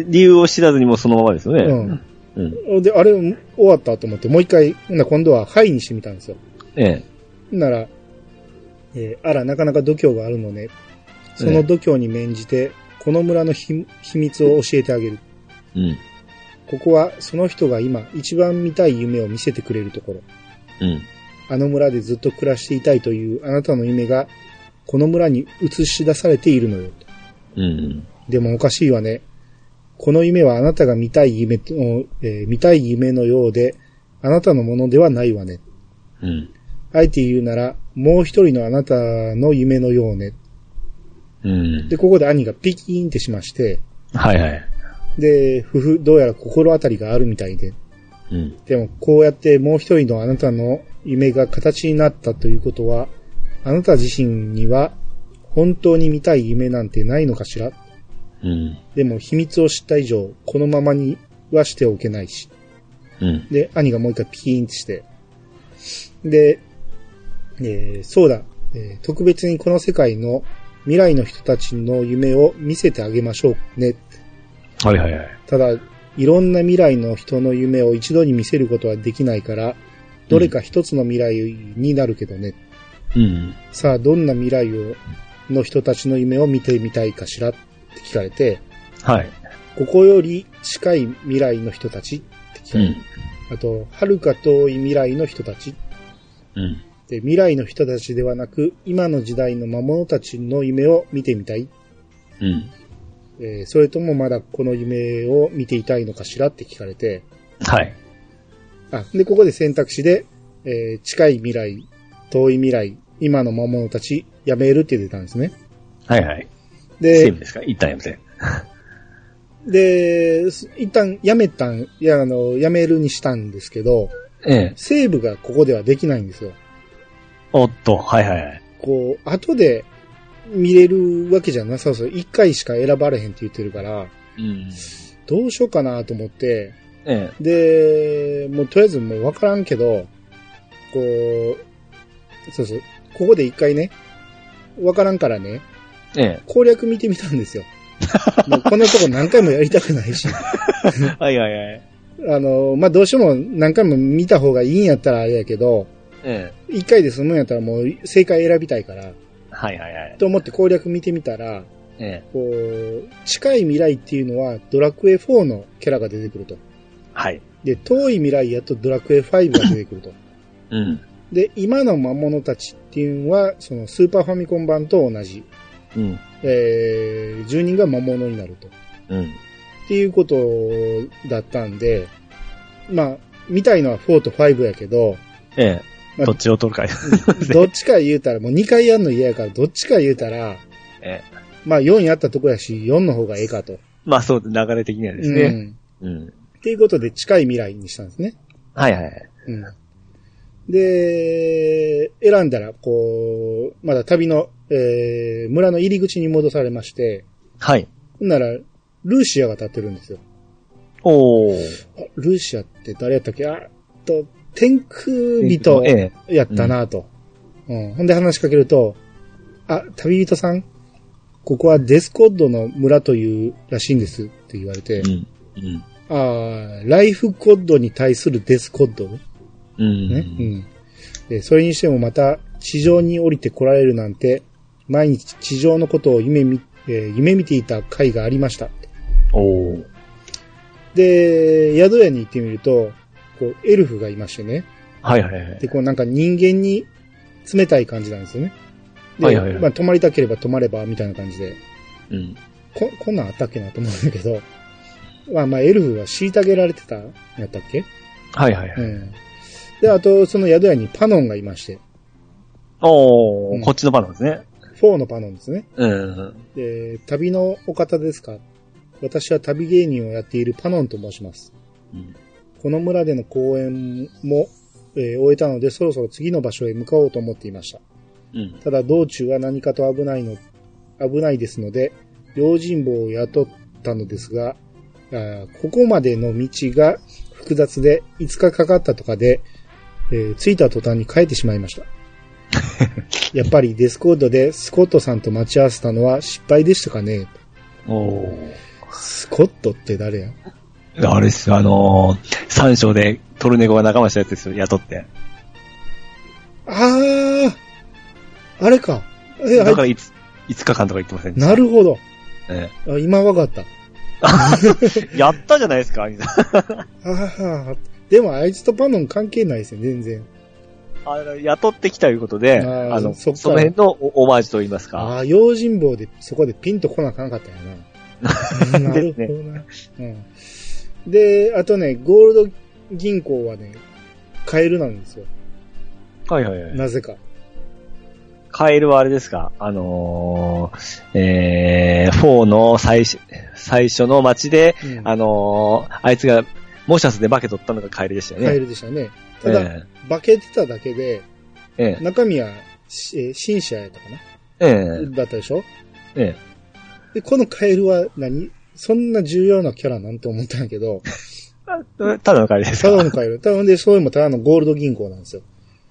Speaker 2: 理由を知らずにもうそのままですよね。
Speaker 1: れて。うん。
Speaker 2: うん。
Speaker 1: で、あれ、終わったと思って、もう一回、ほんなら今度は、はいにしてみたんですよ。
Speaker 2: ええ。
Speaker 1: ほんなら、えーあら、なかなか度胸があるのね。その度胸に免じて、この村のひ秘密を教えてあげる。
Speaker 2: うん。
Speaker 1: ここは、その人が今、一番見たい夢を見せてくれるところ。
Speaker 2: うん。
Speaker 1: あの村でずっと暮らしていたいというあなたの夢が、この村に映し出されているのよ。
Speaker 2: うん。
Speaker 1: でもおかしいわね。この夢はあなたが見たい夢と、えー見たい夢のようで、あなたのものではないわね。
Speaker 2: うん。
Speaker 1: あえて言うなら、もう一人のあなたの夢のようね。
Speaker 2: うん
Speaker 1: で、。ここで兄がピキーンってしまして、
Speaker 2: はいはい。
Speaker 1: で、夫婦、どうやら心当たりがあるみたいで。
Speaker 2: うん。
Speaker 1: でも、こうやってもう一人のあなたの夢が形になったということは、あなた自身には本当に見たい夢なんてないのかしら
Speaker 2: うん。
Speaker 1: でも秘密を知った以上、このままにはしておけないし。
Speaker 2: うん。
Speaker 1: で、兄がもう一回ピキーンってして。で、えーそうだ、えー特別にこの世界の未来の人たちの夢を見せてあげましょうね。
Speaker 2: はいはいはい。
Speaker 1: ただ、いろんな未来の人の夢を一度に見せることはできないから、どれか一つの未来になるけどね。
Speaker 2: うん。
Speaker 1: さあ、どんな未来を、の人たちの夢を見てみたいかしらって聞かれて、
Speaker 2: はい。
Speaker 1: ここより近い未来の人たちって聞か
Speaker 2: う
Speaker 1: れて、
Speaker 2: ん。
Speaker 1: あと、遥か遠い未来の人たち。
Speaker 2: うん。
Speaker 1: で、未来の人たちではなく、今の時代の魔物たちの夢を見てみたい。
Speaker 2: うん。
Speaker 1: えーそれともまだこの夢を見ていたいのかしらって聞かれて。
Speaker 2: はい。
Speaker 1: あ、で、ここで選択肢で、えー近い未来、遠い未来、今の魔物たち、やめるって出たんですね。
Speaker 2: はいはい。セー
Speaker 1: で
Speaker 2: ブ、ですか一旦やめて。
Speaker 1: で、す一旦やめたん、いや、あの、やめるにしたんですけど、
Speaker 2: ええ。
Speaker 1: セーブがここではできないんですよ。
Speaker 2: おっと、はいはいはい。
Speaker 1: こう、後で見れるわけじゃなさそう。一回しか選ばれへんって言ってるから、
Speaker 2: うん。
Speaker 1: どうしようかなと思って、
Speaker 2: ええ。
Speaker 1: で、もうとりあえずもうわからんけど、こう、そうそう、ここで一回ね、わからんからね、
Speaker 2: ええ。
Speaker 1: 攻略見てみたんですよ。 もうこんなとこ何回もやりたくないし、 あ
Speaker 2: はいはいはい。
Speaker 1: の、まあ、どうしても何回も見た方がいいんやったらあれやけど、
Speaker 2: ええ。
Speaker 1: 一回で済むんやったらもう正解選びたいから、
Speaker 2: はいはいはい。
Speaker 1: と思って攻略見てみたら、
Speaker 2: ええ。
Speaker 1: こう、近い未来っていうのはドラクエ4のキャラが出てくると。
Speaker 2: はい。
Speaker 1: で、遠い未来やとドラクエ5が出てくると。
Speaker 2: うん。
Speaker 1: で、今の魔物たちっていうのは、そのスーパーファミコン版と同じ。
Speaker 2: うん。
Speaker 1: えー、住人が魔物になると。っ
Speaker 2: うん。
Speaker 1: ていうことだったんで、まあ、見たいのは4と5やけ ど、
Speaker 2: ええ。
Speaker 1: まあ
Speaker 2: どっちを取るか。
Speaker 1: どっちか言うたら、もう2回やんの嫌やから、どっちか言うたら、
Speaker 2: ええ。
Speaker 1: まあ4やったとこやし、4の方がええかと。
Speaker 2: まあそう、流れ的にはです
Speaker 1: う
Speaker 2: ね。
Speaker 1: ん。
Speaker 2: うん。
Speaker 1: っていうことで近い未来にしたんですね。
Speaker 2: はいはいはい。
Speaker 1: うんで、選んだら、こう、まだ旅のえー、村の入り口に戻されまして、
Speaker 2: はい。
Speaker 1: ほんなら、ルーシアが立ってるんですよ。
Speaker 2: おー。
Speaker 1: あルーシアって誰やったっけあえっと、天空人
Speaker 2: ええ。
Speaker 1: やったなと、うん。ほんで話しかけると、あ、旅人さん、ここはデスコッドの村というらしいんですって言われて、
Speaker 2: うん。うん。
Speaker 1: ああーライフコッドに対するデスコッドね。
Speaker 2: う。
Speaker 1: ねうんんでそれにしてもまた地上に降りて来られるなんて、毎日地上のことを夢み、えー夢見ていた回がありました。
Speaker 2: おー。
Speaker 1: で、宿屋に行ってみると、こう、エルフがいましてね。
Speaker 2: はいはいはい。
Speaker 1: で、こうなんか人間に冷たい感じなんですよね。で、
Speaker 2: はいはいはい
Speaker 1: まあ、泊まりたければ泊まれば、みたいな感じで。
Speaker 2: うん。
Speaker 1: こ、こんなんあったっけなと思うんだけど。まあまあ、エルフは虐げられてたんやったっけ
Speaker 2: はいはいは
Speaker 1: う
Speaker 2: い。
Speaker 1: ん。で、あと、その宿屋にパノンがいまして。
Speaker 2: お
Speaker 1: うん
Speaker 2: ー。こっちの番なんですね。
Speaker 1: 4のパノンですね。
Speaker 2: うん。
Speaker 1: で、旅のお方ですか私は旅芸人をやっているパノンと申します。
Speaker 2: うん
Speaker 1: この村での公演も、えー終えたので、そろそろ次の場所へ向かおうと思っていました。
Speaker 2: うん。
Speaker 1: ただ道中は何かと危ないの、危ないですので、用心棒を雇ったのですが、あーここまでの道が複雑で5日かかったとかで、えー着いた途端に帰ってしまいま した。やっぱりディスコードでスコットさんと待ち合わせたのは失敗でしたかね
Speaker 2: おー。
Speaker 1: スコットって誰や
Speaker 2: あれっすよ、あのー、三章でトルネコが仲間したやつですよ、雇って。
Speaker 1: あーあれか。え、
Speaker 2: だか
Speaker 1: あ
Speaker 2: らいつ、5日間とか言ってませんでした
Speaker 1: なるほど。
Speaker 2: え
Speaker 1: あ今わかった。
Speaker 2: えやったじゃないですか、兄さん。
Speaker 1: ああ、でもあいつとパノン関係ないですね、全然。
Speaker 2: あの雇ってきたということで、
Speaker 1: あー
Speaker 2: あの、
Speaker 1: そ
Speaker 2: そ
Speaker 1: っから
Speaker 2: の辺のオオマージュと言いますか。
Speaker 1: ああ、用心棒で、そこでピンと来なかなかったよ な。なるほどな、うん。で、あとね、ゴールド銀行はね、カエルなんですよ。
Speaker 2: はいはいはい。
Speaker 1: なぜか。
Speaker 2: カエルはあれですかあのー、えー、4の最初、最初の街で、
Speaker 1: うん
Speaker 2: あのー、あいつが、モーシャスで化け取ったのがカエルでしたよね。
Speaker 1: カエルでしたね。ただ、
Speaker 2: え
Speaker 1: 化けてただけで、
Speaker 2: ええ
Speaker 1: 中身は、しえー、新車やったか
Speaker 2: え
Speaker 1: な、
Speaker 2: え
Speaker 1: だったでしょ
Speaker 2: ええ
Speaker 1: で、このカエルは何そんな重要なキャラなんて思ったんやけ ど、
Speaker 2: あただのカエルです
Speaker 1: ただ
Speaker 2: か
Speaker 1: のカエル。ただで、それもただのゴールド銀行なんですよ。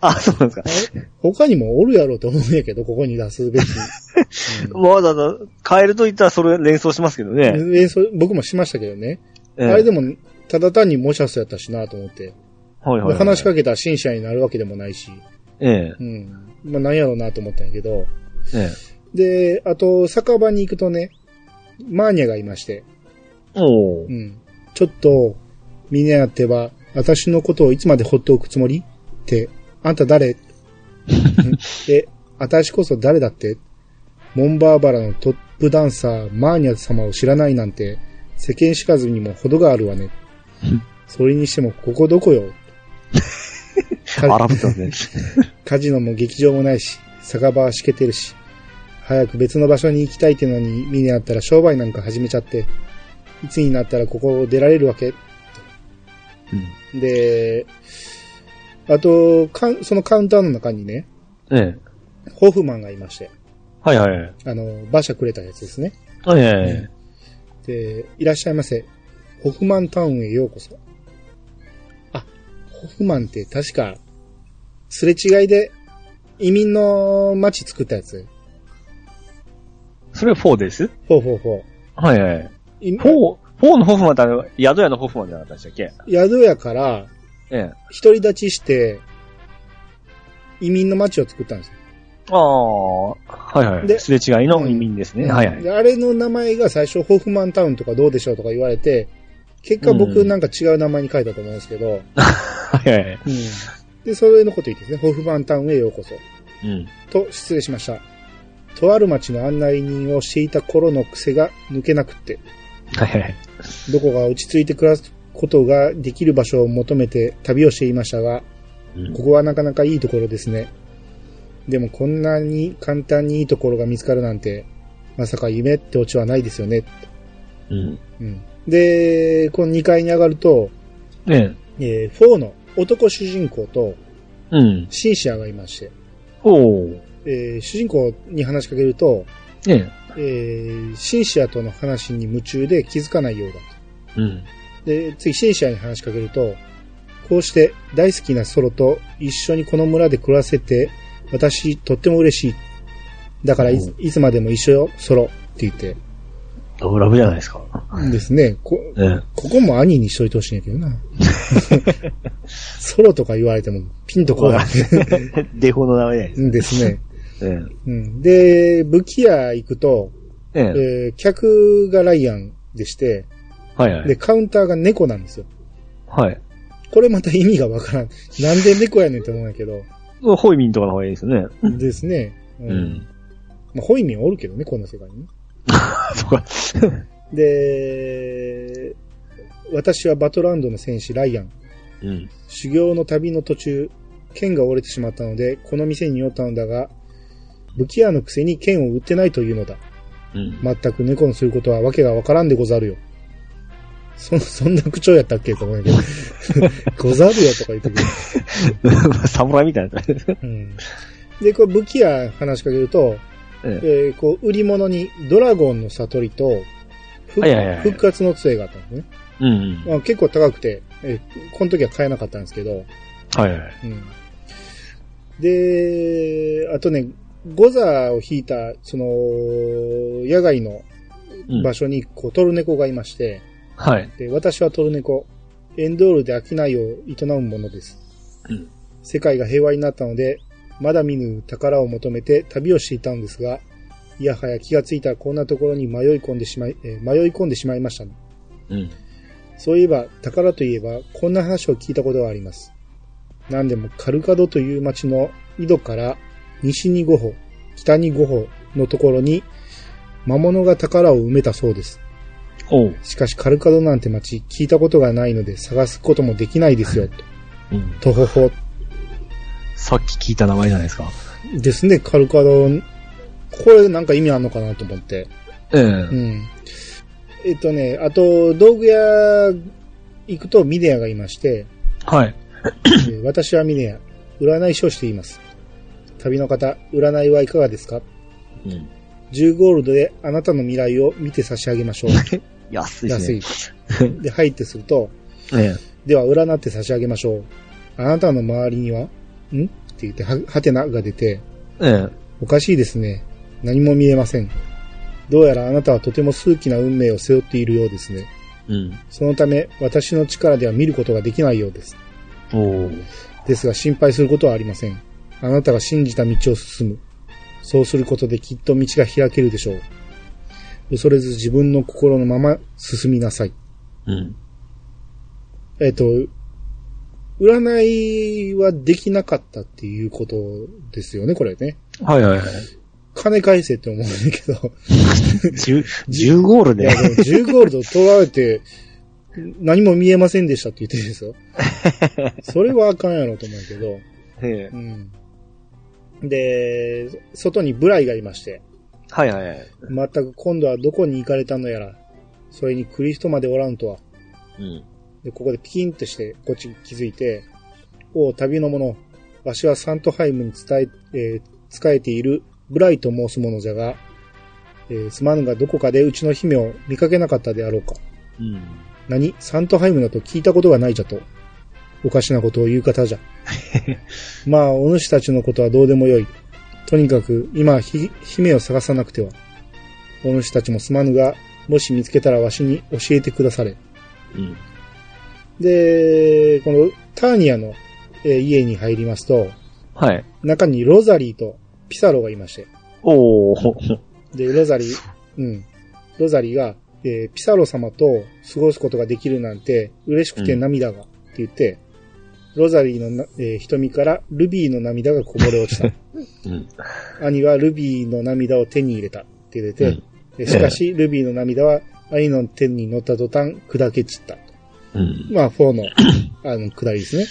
Speaker 2: あ、そうなんですか。
Speaker 1: 他にもおるやろうと思うんやけど、ここに出すべき。うん
Speaker 2: わざわざ、カエルと言ったらそれ連想しますけどね。
Speaker 1: えそれ僕もしましたけどね。
Speaker 2: ええ
Speaker 1: あれでも、ただ単にモシャスやったしなと思って。
Speaker 2: はいはいはい
Speaker 1: 話しかけたら新車になるわけでもないし。
Speaker 2: ええ
Speaker 1: うん。まあ、なんやろうなと思ったんやけど。
Speaker 2: ええ
Speaker 1: で、あと、酒場に行くとね、マーニャがいまして。
Speaker 2: お
Speaker 1: う
Speaker 2: ー
Speaker 1: ん。ちょっと、ミネアってば、私のことをいつまで放っておくつもりって、あんた誰うんえ、私こそ誰だってモンバーバラのトップダンサー、マーニャ様を知らないなんて、世間知らずにも程があるわね。それにしても、ここどこよ
Speaker 2: 荒ぶってますね。
Speaker 1: カジノも劇場もないし、酒場はしけてるし、早く別の場所に行きたいってのに、見にあったら商売なんか始めちゃって、いつになったらここを出られるわけ
Speaker 2: うん
Speaker 1: で、あと、かんそのカウンターの中にね、
Speaker 2: ええ
Speaker 1: ホフマンがいまして、
Speaker 2: はいはい。
Speaker 1: あの、馬車くれたやつですね。
Speaker 2: え
Speaker 1: えで、いらっしゃいませ。ホフマンタウンへようこそ。あ、ホフマンって確か、すれ違いで移民の町作ったやつ。
Speaker 2: それは4です
Speaker 1: ほうほうほう。
Speaker 2: はいはい。
Speaker 1: い
Speaker 2: フォー、フォーのホフマンってあの宿屋のホフマンじゃなかったでしたっけ
Speaker 1: 宿屋から
Speaker 2: ええ。
Speaker 1: 独り立ちして、移民の町を作ったんですよ。
Speaker 2: ああ、はいは
Speaker 1: で
Speaker 2: い。すれ違いの移民ですね。はいはい。
Speaker 1: であれの名前が最初、ホフマンタウンとかどうでしょうとか言われて、結果
Speaker 2: う
Speaker 1: 僕
Speaker 2: ん
Speaker 1: なんか違う名前に書いたと思うんですけど、
Speaker 2: はいはい。
Speaker 1: うんで、それのこと言ってですね、ホフマンタウンへようこそ。
Speaker 2: うん。
Speaker 1: と、失礼しました。とある町の案内人をしていた頃の癖が抜けなくって、
Speaker 2: はいはい。
Speaker 1: どこか落ち着いて暮らすことができる場所を求めて旅をしていましたが、
Speaker 2: うん
Speaker 1: ここはなかなかいいところですね。でもこんなに簡単にいいところが見つかるなんて、まさか夢ってオチはないですよね。
Speaker 2: うん。
Speaker 1: うん、で、この2階に上がると、
Speaker 2: ね
Speaker 1: えー、4の男主人公と
Speaker 2: え。うん。
Speaker 1: シンシアがいまして、
Speaker 2: おー。
Speaker 1: ええー主人公に話しかけると、
Speaker 2: ね
Speaker 1: えーシンシアとの話に夢中で気づかないようだと。
Speaker 2: うん。
Speaker 1: で、次、シンシアに話しかけると、こうして大好きなソロと一緒にこの村で暮らせて、私、とっても嬉しい。だからいつ、いつまでも一緒よ、ソロ。って言って。
Speaker 2: ラブラブじゃないですか。
Speaker 1: ですね。こ、
Speaker 2: ね
Speaker 1: ここも兄にしといてほしいんやけど な。ソロとか言われても、ピンとこない。
Speaker 2: デフォの名前じゃないです
Speaker 1: ですね。
Speaker 2: か。え
Speaker 1: うん、で、武器屋行くと、
Speaker 2: えええ
Speaker 1: えー客がライアンでして、
Speaker 2: はいは
Speaker 1: で、
Speaker 2: い。
Speaker 1: カウンターが猫なんですよ。
Speaker 2: はい。
Speaker 1: これまた意味がわからん。なんで猫やねんって思うんやけど。
Speaker 2: ホイミンとかの方がいいですよね。
Speaker 1: ですね。う
Speaker 2: うん。
Speaker 1: まあ、ホイミンおるけどね、この世界にね。
Speaker 2: そこは。
Speaker 1: で、私はバトランドの戦士ライアン。
Speaker 2: うん。
Speaker 1: 修行の旅の途中、剣が折れてしまったので、この店に寄ったのだが、武器屋のくせに剣を売ってないというのだ。
Speaker 2: うん。
Speaker 1: 全く猫のすることはわけがわからんでござるよ。そ、そんな口調やったっけと思うんやけど。ござるよとか言ってくる。
Speaker 2: 侍みたいなやつ。
Speaker 1: うん。で、こう武器屋話しかけると、
Speaker 2: ええ
Speaker 1: えーこう、売り物にドラゴンの悟りと、ふ
Speaker 2: はいはいはい
Speaker 1: 復活の杖があったんですね。
Speaker 2: うん。
Speaker 1: まあ、結構高くて、えーこの時は買えなかったんですけど、
Speaker 2: はいはい。
Speaker 1: うん。で、あとね、ゴザを引いた、その、野外の
Speaker 2: うん
Speaker 1: 場所に、こう、トルネコがいまして、
Speaker 2: はい。
Speaker 1: で私はトルネコ。エンドールで商いを営むものです。
Speaker 2: うん
Speaker 1: 世界が平和になったので、まだ見ぬ宝を求めて旅をしていたのですが、いやはや気がついたらこんなところに迷い込んでしまい、えー迷い込んでしまいました、ね。
Speaker 2: うん。
Speaker 1: そういえば、宝といえば、こんな話を聞いたことがあります。何でも、カルカドという町の井戸から、西に5歩、北に5歩のところに、魔物が宝を埋めたそうです。
Speaker 2: おう。
Speaker 1: しかしカルカドなんて町聞いたことがないので探すこともできないですよ。
Speaker 2: うん。
Speaker 1: とほほ。
Speaker 2: さっき聞いた名前じゃないですか。
Speaker 1: ですね、カルカド。これなんか意味あんのかなと思って。
Speaker 2: ええ
Speaker 1: うん。えっとね、あと、道具屋行くとミネアがいまして、
Speaker 2: はい。
Speaker 1: えー私はミネア、占い師をしています。旅の方、占いはいかがですか
Speaker 2: うん。
Speaker 1: 10ゴールドであなたの未来を見て差し上げましょ う。
Speaker 2: 安いです
Speaker 1: 安
Speaker 2: ね。
Speaker 1: い。で、入ってすると、
Speaker 2: 安い。え
Speaker 1: では、占って差し上げましょう。あなたの周りには、んって言って、は、はてなが出て、
Speaker 2: ええ
Speaker 1: おかしいですね。何も見えません。どうやらあなたはとても数奇な運命を背負っているようですね。
Speaker 2: えうん。
Speaker 1: そのため、私の力では見ることができないようです。
Speaker 2: おう。
Speaker 1: ですが、心配することはありません。あなたが信じた道を進む。そうすることできっと道が開けるでしょう。恐れず自分の心のまま進みなさい。
Speaker 2: うん。
Speaker 1: えっ、と、占いはできなかったっていうことですよね、これね。
Speaker 2: はいはいはい。
Speaker 1: 金返せって思うんだけど、
Speaker 2: 十、十ゴール
Speaker 1: いや
Speaker 2: で。
Speaker 1: でも10ゴールド取られて、何も見えませんでしたって言ってるんです よ。それはあかんやろと思うけど、
Speaker 2: ええ
Speaker 1: うん。で、外にブライがいまして、
Speaker 2: はいはいはい。
Speaker 1: 全く今度はどこに行かれたのやら、それにクリストまでおらんとは、
Speaker 2: うん。
Speaker 1: で、ここでピキンとして、こっち気づいて、おう、旅の者、わしはサントハイムに伝え、えー仕えているブライと申す者じゃが、えーすまぬがどこかでうちの姫を見かけなかったであろうか。
Speaker 2: うん。
Speaker 1: 何サントハイムだと聞いたことがないじゃと。おかしなことを言う方じゃ。まあ、お主たちのことはどうでもよい。とにかく、今はひ、姫を探さなくては。お主たちもすまぬが、もし見つけたらわしに教えてくだされ。
Speaker 2: うん。
Speaker 1: で、このターニアのえー家に入りますと、
Speaker 2: はい。
Speaker 1: 中にロザリーとピサロがいまして、
Speaker 2: おお。
Speaker 1: で、ロザ リー、うん、ロザリーが、えーピサロ様と過ごすことができるなんて嬉しくて涙が、って言って、ロザリーのな、えー瞳からルビーの涙がこぼれ落 ちた。
Speaker 2: うん。
Speaker 1: 兄はルビーの涙を手に入れたって出て、
Speaker 2: うん
Speaker 1: でしかし、ルビーの涙は兄の手に乗った途端砕け散った。
Speaker 2: うん。
Speaker 1: まあ、4の、 あの、下りですね。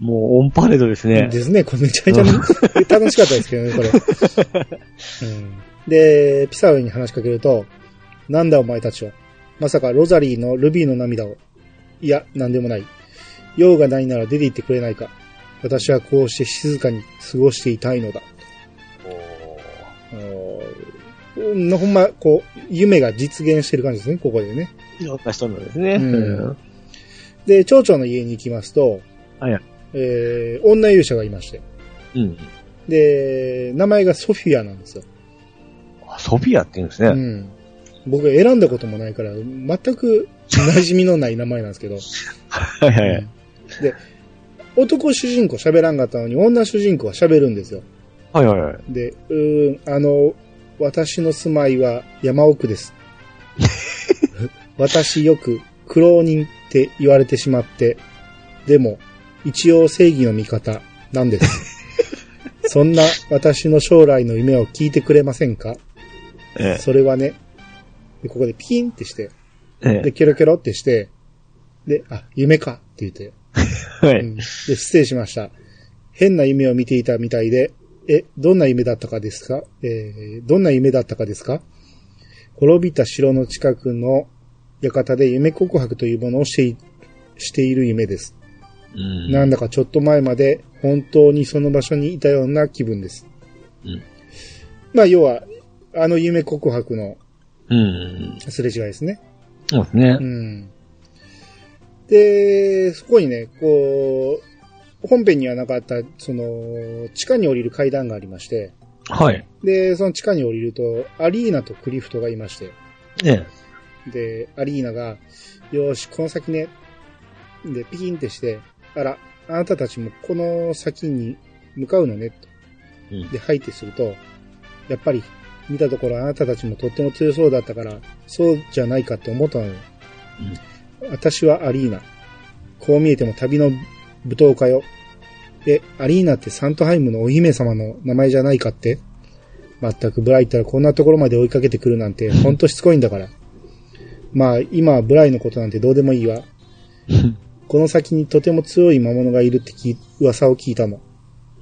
Speaker 2: もうオンパレードですね。
Speaker 1: ですね。これめちゃめちゃ楽しかったですけどね、これ。うん、で、ピサロに話しかけると、なんだお前たちは。まさかロザリーのルビーの涙を。いや、なんでもない。用がないなら出て行ってくれないか。私はこうして静かに過ごしていたいのだ。
Speaker 2: お
Speaker 1: うんほんま、こう、夢が実現してる感じですね、ここでね。
Speaker 2: いろんな人のですね。
Speaker 1: うんで、町長の家に行きますと、
Speaker 2: はいはい
Speaker 1: えー、女勇者がいまして。
Speaker 2: うん。
Speaker 1: で、名前がソフィアなんですよ。
Speaker 2: あソフィアって言うんですね。
Speaker 1: うん。僕選んだこともないから、全く馴染みのない名前なんですけど。
Speaker 2: はいはいはい。
Speaker 1: で、男主人公喋らんかったのに、女主人公は喋るんですよ。
Speaker 2: はいはいはい。
Speaker 1: で、うーん、あの、私の住まいは山奥です。私よく苦労人って言われてしまって、でも、一応正義の味方なんです。そんな私の将来の夢を聞いてくれませんか
Speaker 2: え
Speaker 1: それはね、でここでピキンってして、
Speaker 2: え。え
Speaker 1: で、ケロケロってして、で、あ、夢かって言って、
Speaker 2: え。は
Speaker 1: う
Speaker 2: い。
Speaker 1: んで、失礼しました。変な夢を見ていたみたいで、え、どんな夢だったかですかえーどんな夢だったかですか滅びた城の近くの館で夢告白というものをしていしている夢です。
Speaker 2: うん
Speaker 1: なんだかちょっと前まで本当にその場所にいたような気分です。
Speaker 2: うん
Speaker 1: まあ、要は、あの夢告白の
Speaker 2: うん。
Speaker 1: すれ違いですね。
Speaker 2: そうですね
Speaker 1: う。ん。で、そこにね、こう、本編にはなかった、その、地下に降りる階段がありまして、
Speaker 2: はい。
Speaker 1: で、その地下に降りると、アリーナとクリフトがいまして、
Speaker 2: ええ。
Speaker 1: で、アリーナが、よーし、この先ね、で、ピキンってして、あら、あなたたちもこの先に向かうのね、と
Speaker 2: うん
Speaker 1: で、吐いてすると、やっぱり、見たところあなたたちもとっても強そうだったから、そうじゃないかって思ったのよ。私はアリーナ。こう見えても旅の舞踏家よ。で、アリーナってサントハイムのお姫様の名前じゃないかってまったくブライったらこんなところまで追いかけてくるなんてほんとしつこいんだから。まあ、今はブライのことなんてどうでもいい わ。この先にとても強い魔物がいるってき噂を聞いたの。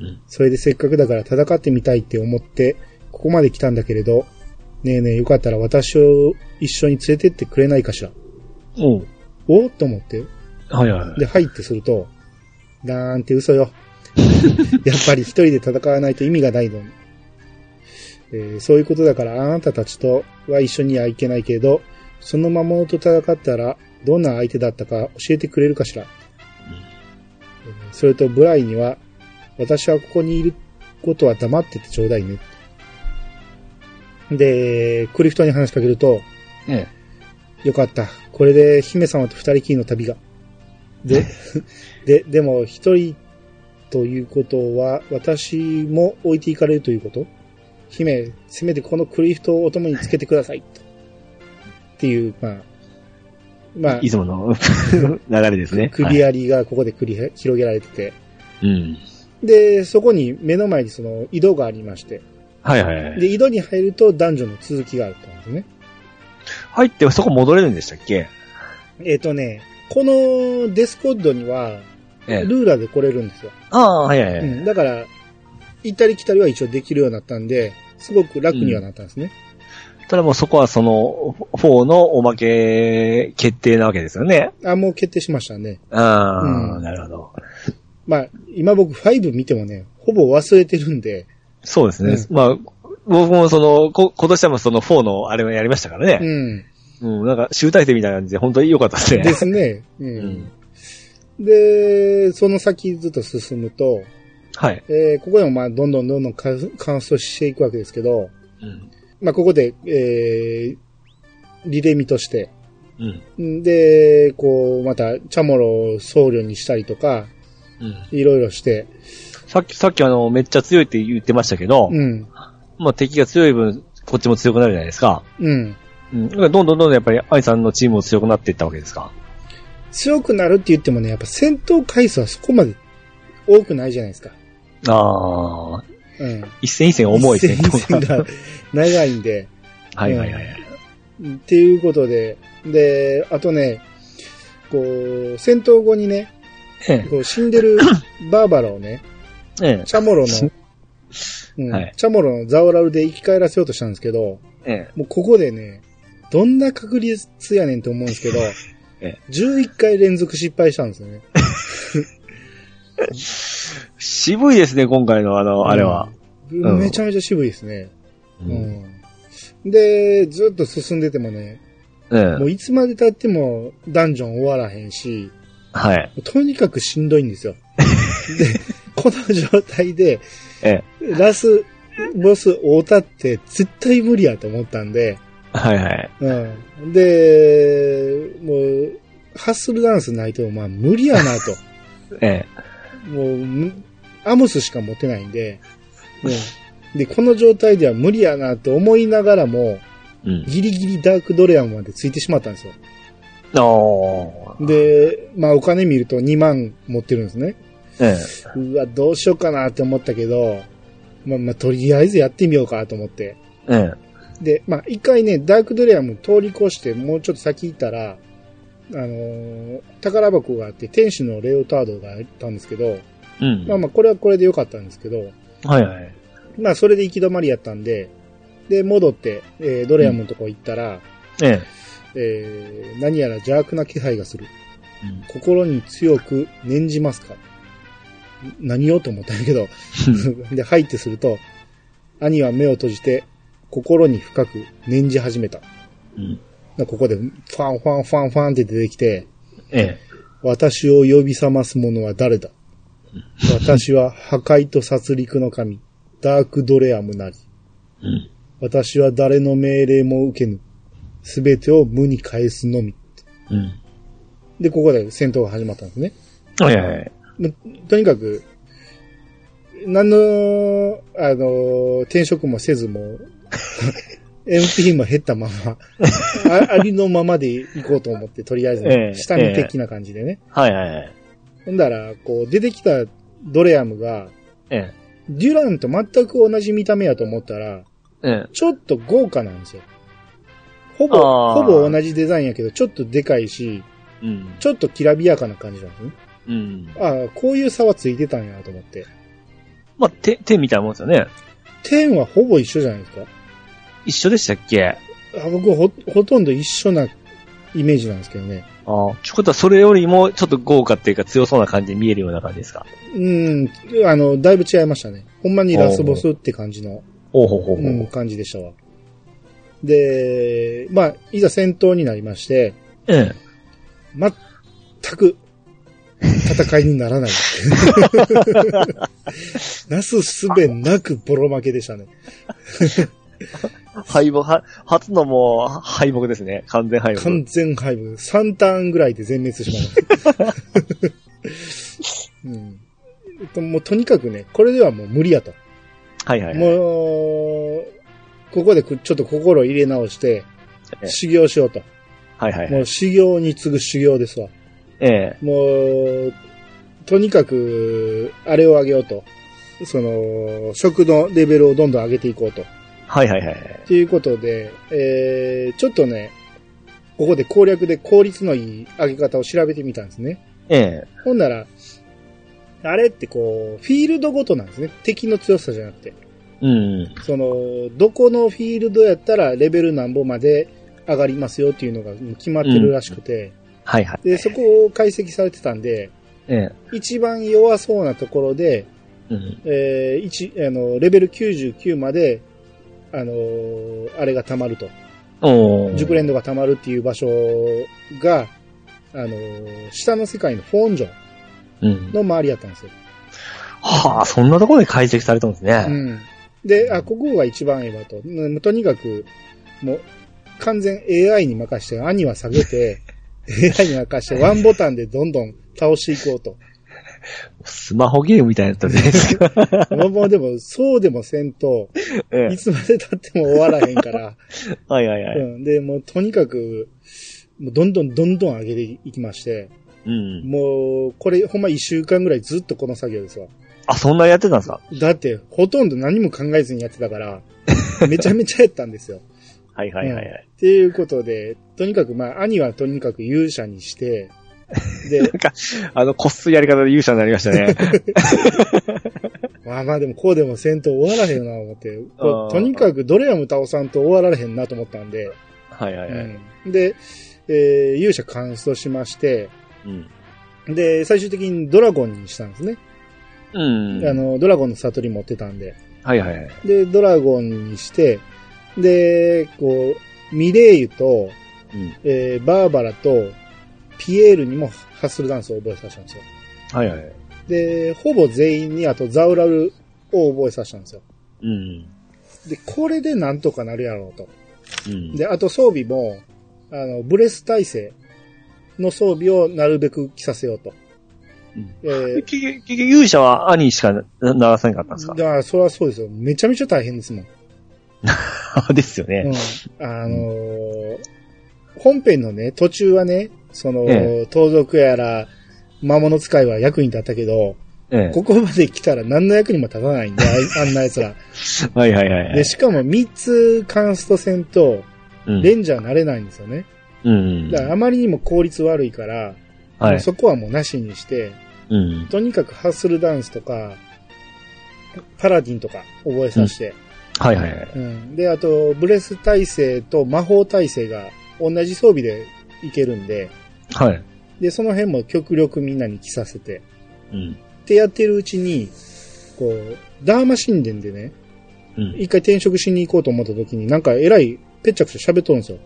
Speaker 2: うん
Speaker 1: それでせっかくだから戦ってみたいって思って、ここまで来たんだけれど、ねえねえよかったら私を一緒に連れてってくれないかしら。
Speaker 2: おう
Speaker 1: おっと思って、
Speaker 2: はいはいはい。
Speaker 1: で、入ってすると、なんて嘘よ。 やっぱり一人で戦わないと意味がないの。えーそういうことだからあなたたちとは一緒にはいけないけど、その魔物と戦ったらどんな相手だったか教えてくれるかしら。えーそれとブライには、私はここにいることは黙っててちょうだいね。で、クリフトに話しかけると、
Speaker 2: ええ。
Speaker 1: よかった。これで姫様と二人きりの旅が。で、で、でも一人ということは、私も置いていかれるということ姫、せめてこのクリフトをお供につけてください。っていう、まあ、まあ
Speaker 2: い、つもの 流れですね。
Speaker 1: 首
Speaker 2: はい
Speaker 1: やりがここで繰り広げられてて。
Speaker 2: うん。
Speaker 1: で、そこに目の前にその井戸がありまして、
Speaker 2: はいはいはい。
Speaker 1: で、井戸に入ると男女の続きがあるってことですね。
Speaker 2: 入ってそこ戻れるんでしたっけ
Speaker 1: えっ、とね、このデスコッドには、
Speaker 2: ええ。
Speaker 1: ルーラーで来れるんですよ。
Speaker 2: ああ、はいはいは
Speaker 1: う
Speaker 2: い。
Speaker 1: ん、だから、行ったり来たりは一応できるようになったんで、すごく楽にはなったんですね。
Speaker 2: ただもうそこはその、4のおまけ決定なわけですよね。
Speaker 1: あ、もう決定しましたね。
Speaker 2: あ
Speaker 1: う
Speaker 2: あ、
Speaker 1: ん
Speaker 2: なるほど。
Speaker 1: まあ、今僕5見てもね、ほぼ忘れてるん で、
Speaker 2: そうですね。
Speaker 1: う
Speaker 2: まあ、僕もその、こ、今年はもうその4のあれをやりましたから
Speaker 1: う
Speaker 2: ね。
Speaker 1: ん。
Speaker 2: うん。なんか集大成みたいな感じで本当に良かったですね。
Speaker 1: ですね。う。
Speaker 2: うんん。
Speaker 1: で、その先ずっと進むと、
Speaker 2: はい。
Speaker 1: えーここでもまあ、どんどんどんどん乾燥していくわけですけど、
Speaker 2: うん。
Speaker 1: まあ、ここで、えー、リレミとして、
Speaker 2: うん。
Speaker 1: んで、こう、また、チャモロを僧侶にしたりとか、
Speaker 2: うん。
Speaker 1: いろいろして、
Speaker 2: さっき、さっきあの、めっちゃ強いって言ってましたけど、
Speaker 1: うん、
Speaker 2: まあ敵が強い分、こっちも強くなるじゃないですか。
Speaker 1: うん。
Speaker 2: うん。だからどんどんどんどんやっぱり愛さんのチームも強くなっていったわけですか。
Speaker 1: 強くなるって言ってもね、やっぱ戦闘回数はそこまで多くないじゃないですか。
Speaker 2: ああ、
Speaker 1: うん。
Speaker 2: 一戦一戦重い戦
Speaker 1: 戦
Speaker 2: 闘が。
Speaker 1: が長いんで。
Speaker 2: はいはいはい。
Speaker 1: っていうことで、で、あとね、こう、戦闘後にね、
Speaker 2: ええ、
Speaker 1: こう死んで るバーバラをね、
Speaker 2: ええ、
Speaker 1: チャモロの、うん
Speaker 2: はい
Speaker 1: チャモロのザオラルで生き返らせようとしたんですけど、
Speaker 2: ええ。
Speaker 1: もうここでね、どんな確率やねんと思うんですけど、
Speaker 2: え
Speaker 1: 11回連続失敗したんですよね。
Speaker 2: 渋いですね、今回のあの、あれは。
Speaker 1: うん。めちゃめちゃ渋いですね。
Speaker 2: う。
Speaker 1: うんんで、ずっと進んでてもね、
Speaker 2: ええ
Speaker 1: もういつまで経ってもダンジョン終わらへんし、
Speaker 2: はい。
Speaker 1: とにかくしんどいんですよ。 で、この状態で、
Speaker 2: ええ
Speaker 1: ラス、ボス、大田って絶対無理やと思ったんで、
Speaker 2: はいはい。
Speaker 1: うん。で、もう、ハッスルダンスないと、まあ無理やなと。
Speaker 2: ええ
Speaker 1: もうむ、アムスしか持てないんで、うん。で、この状態では無理やなと思いながらも、
Speaker 2: うん。
Speaker 1: ギリギリダークドレアンまでついてしまったんですよ。
Speaker 2: おー。
Speaker 1: で、まあお金見ると2万持ってるんですね。
Speaker 2: え
Speaker 1: うわ、どうしようかなって思ったけど、まあまあとりあえずやってみようかと思って。
Speaker 2: えええ
Speaker 1: で、まあ一回ね、ダークドレアム通り越してもうちょっと先行ったら、あのー宝箱があって天使のレオタードがあったんですけど、
Speaker 2: うん。
Speaker 1: まあまあこれはこれで良かったんですけど、
Speaker 2: はいはい。
Speaker 1: まあそれで行き止まりやったんで、で、戻って、えードレアムのとこ行ったら、
Speaker 2: ええ
Speaker 1: えー何やら邪悪な気配がする。心に強く念じますか何をと思ったんやけど、 で、入ってすると、兄は目を閉じて、心に深く念じ始めた。
Speaker 2: うん。うん。
Speaker 1: ここで、ファンファンファンファンって出てきて、
Speaker 2: ええ。
Speaker 1: 私を呼び覚ます者は誰だ私は破壊と殺戮の神、ダークドレアムなり。
Speaker 2: うん。
Speaker 1: 私は誰の命令も受けぬ。すべてを無に返すのみ。
Speaker 2: うん。
Speaker 1: で、ここで戦闘が始まったんですね。
Speaker 2: はいはい。
Speaker 1: とにかく、何の、あの、転職もせず も、MP も減ったまま、あありのままで行こうと思って、とりあえず、
Speaker 2: ええ
Speaker 1: 下見的な感じでね。
Speaker 2: はいはいはい。
Speaker 1: ほんだら、こう、出てきたドレアムが、
Speaker 2: ええ。
Speaker 1: デュランと全く同じ見た目やと思ったら、
Speaker 2: ええ。
Speaker 1: ちょっと豪華なんですよ。ほぼ、
Speaker 2: あ
Speaker 1: ほ
Speaker 2: ー
Speaker 1: ぼ同じデザインやけど、ちょっとでかいし、
Speaker 2: うん。
Speaker 1: ちょっときらびやかな感じなんですね。
Speaker 2: うん。
Speaker 1: ああ、こういう差はついてたんやなと思って。
Speaker 2: まあ、手、手みたいなもんですよね。
Speaker 1: 天はほぼ一緒じゃないですか
Speaker 2: 一緒でしたっけ
Speaker 1: あ僕ほ、ほとんど一緒なイメージなんですけどね。
Speaker 2: ああ。ちょことは、それよりも、ちょっと豪華っていうか強そうな感じに見えるような感じですか
Speaker 1: うん、あの、だいぶ違いましたね。ほんまにラスボスって感じの、
Speaker 2: おうほうほうほう。
Speaker 1: うん、感じでしたわ。で、まあ、いざ戦闘になりまして、
Speaker 2: ええ。
Speaker 1: 全く、戦いにならない。 なすすべなくボロ負けでしたね。
Speaker 2: 敗北、は、初のもう、敗北ですね。完全敗北。
Speaker 1: 完全敗北。3ターンぐらいで全滅してしまいました。うんと、もうとにかくね、これではもう無理やと。
Speaker 2: はいはいはい。
Speaker 1: もう、ここでくちょっと心を入れ直して、
Speaker 2: ええ
Speaker 1: 修行しようと。
Speaker 2: はいはいは
Speaker 1: も
Speaker 2: い。
Speaker 1: う修行に次ぐ修行ですわ。
Speaker 2: ええ。
Speaker 1: もう、とにかく、あれを上げようと。その、食のレベルをどんどん上げていこうと。
Speaker 2: はいはいはいはい。
Speaker 1: ということで、えー、ちょっとね、ここで攻略で効率のいい上げ方を調べてみたんですね。
Speaker 2: ええ。
Speaker 1: ほんなら、あれってこう、フィールドごとなんですね。敵の強さじゃなくて。
Speaker 2: うん。
Speaker 1: その、どこのフィールドやったらレベル何ぼまで上がりますよっていうのが決まってるらしくて。
Speaker 2: はいはい。
Speaker 1: で、そこを解析されてたんで、
Speaker 2: ええ。
Speaker 1: 一番弱そうなところで、
Speaker 2: うん。
Speaker 1: えー、一あの、レベル99まで、あのーあれが溜まると。
Speaker 2: おー
Speaker 1: 熟練度が溜まるっていう場所が、あのー下の世界のフォンジョ
Speaker 2: うん。
Speaker 1: の周りやったんですよ。
Speaker 2: はあ、そんなところで解析されたんです
Speaker 1: う
Speaker 2: ね。
Speaker 1: ん。で、あ、ここが一番ええわと。うんとにかく、もう、完全 AI に任して、兄は下げ て、AI に任して、ワンボタンでどんどん倒していこうと。
Speaker 2: スマホゲームみたいなやつです か。
Speaker 1: もうもうでも、そうでもせんと、
Speaker 2: え
Speaker 1: い
Speaker 2: え。
Speaker 1: つまで経っても終わらへんから、
Speaker 2: はいはい は
Speaker 1: う
Speaker 2: い。
Speaker 1: ん。で、もうとにかく、もうどんどんどんどん上げていきまして、
Speaker 2: うん。
Speaker 1: もう、これほんま一週間ぐらいずっとこの作業ですわ。
Speaker 2: あ、そんなやってたんですか
Speaker 1: だって、ほとんど何も考えずにやってた から、めちゃめちゃやったんですよ。
Speaker 2: はいはいはいはい。
Speaker 1: っていうことで、とにかくまあ、兄はとにかく勇者に して、で、
Speaker 2: あの、こっそりやり方で勇者になりましたね。
Speaker 1: まあまあでもこうでも戦闘終わらへんな思って、こ
Speaker 2: あー
Speaker 1: うとにかくドレアム倒さんと終わられへんなと思ったんで、
Speaker 2: はいはいはい。
Speaker 1: うんで、えー勇者完走しまして、
Speaker 2: うん。
Speaker 1: で、最終的にドラゴンにしたんですね。
Speaker 2: うん。
Speaker 1: あの、ドラゴンの悟り持ってたんで。
Speaker 2: はいはいはい。
Speaker 1: で、ドラゴンにして、で、こう、ミレイユと、
Speaker 2: うん。
Speaker 1: えーバーバラと、ピエールにもハッスルダンスを覚えさせたんですよ。
Speaker 2: はいはい。
Speaker 1: で、ほぼ全員にあとザウラルを覚えさせたんですよ。
Speaker 2: うん。
Speaker 1: で、これでなんとかなるやろうと。
Speaker 2: うん。
Speaker 1: で、あと装備も、あの、ブレス耐性の装備をなるべく着させようと。
Speaker 2: うん
Speaker 1: えー
Speaker 2: 結局、結局勇者は兄しかなならせなかったんです
Speaker 1: だから、それはそうですよ。めちゃめちゃ大変ですもん。
Speaker 2: か ですよね。
Speaker 1: うん、あのー本編のね、途中はね、その、
Speaker 2: え
Speaker 1: 盗賊やら、魔物使いは役に立ったけど、
Speaker 2: ええ
Speaker 1: ここまで来たら何の役にも立たないんで、あいあんな奴ら。
Speaker 2: はいはいはいはい
Speaker 1: で、。しかも3つカンスト戦と、
Speaker 2: うん
Speaker 1: レンジャーなれないんですよね。
Speaker 2: うん。
Speaker 1: だからあまりにも効率悪いから、
Speaker 2: は
Speaker 1: もう
Speaker 2: い。
Speaker 1: そこはもうなしにして、
Speaker 2: うん。
Speaker 1: とにかくハッスルダンスとか、パラディンとか覚えさせて、
Speaker 2: はいはいはい。
Speaker 1: うん。で、あと、ブレス耐性と魔法耐性が同じ装備でいけるんで、
Speaker 2: はい。
Speaker 1: で、その辺も極力みんなに着させて、
Speaker 2: うん。
Speaker 1: ってやってるうちに、こう、ダーマ神殿でね、
Speaker 2: うん。
Speaker 1: 一回転職しに行こうと思った時に、なんか偉い、ぺっちゃくちゃ喋っとるんですよ。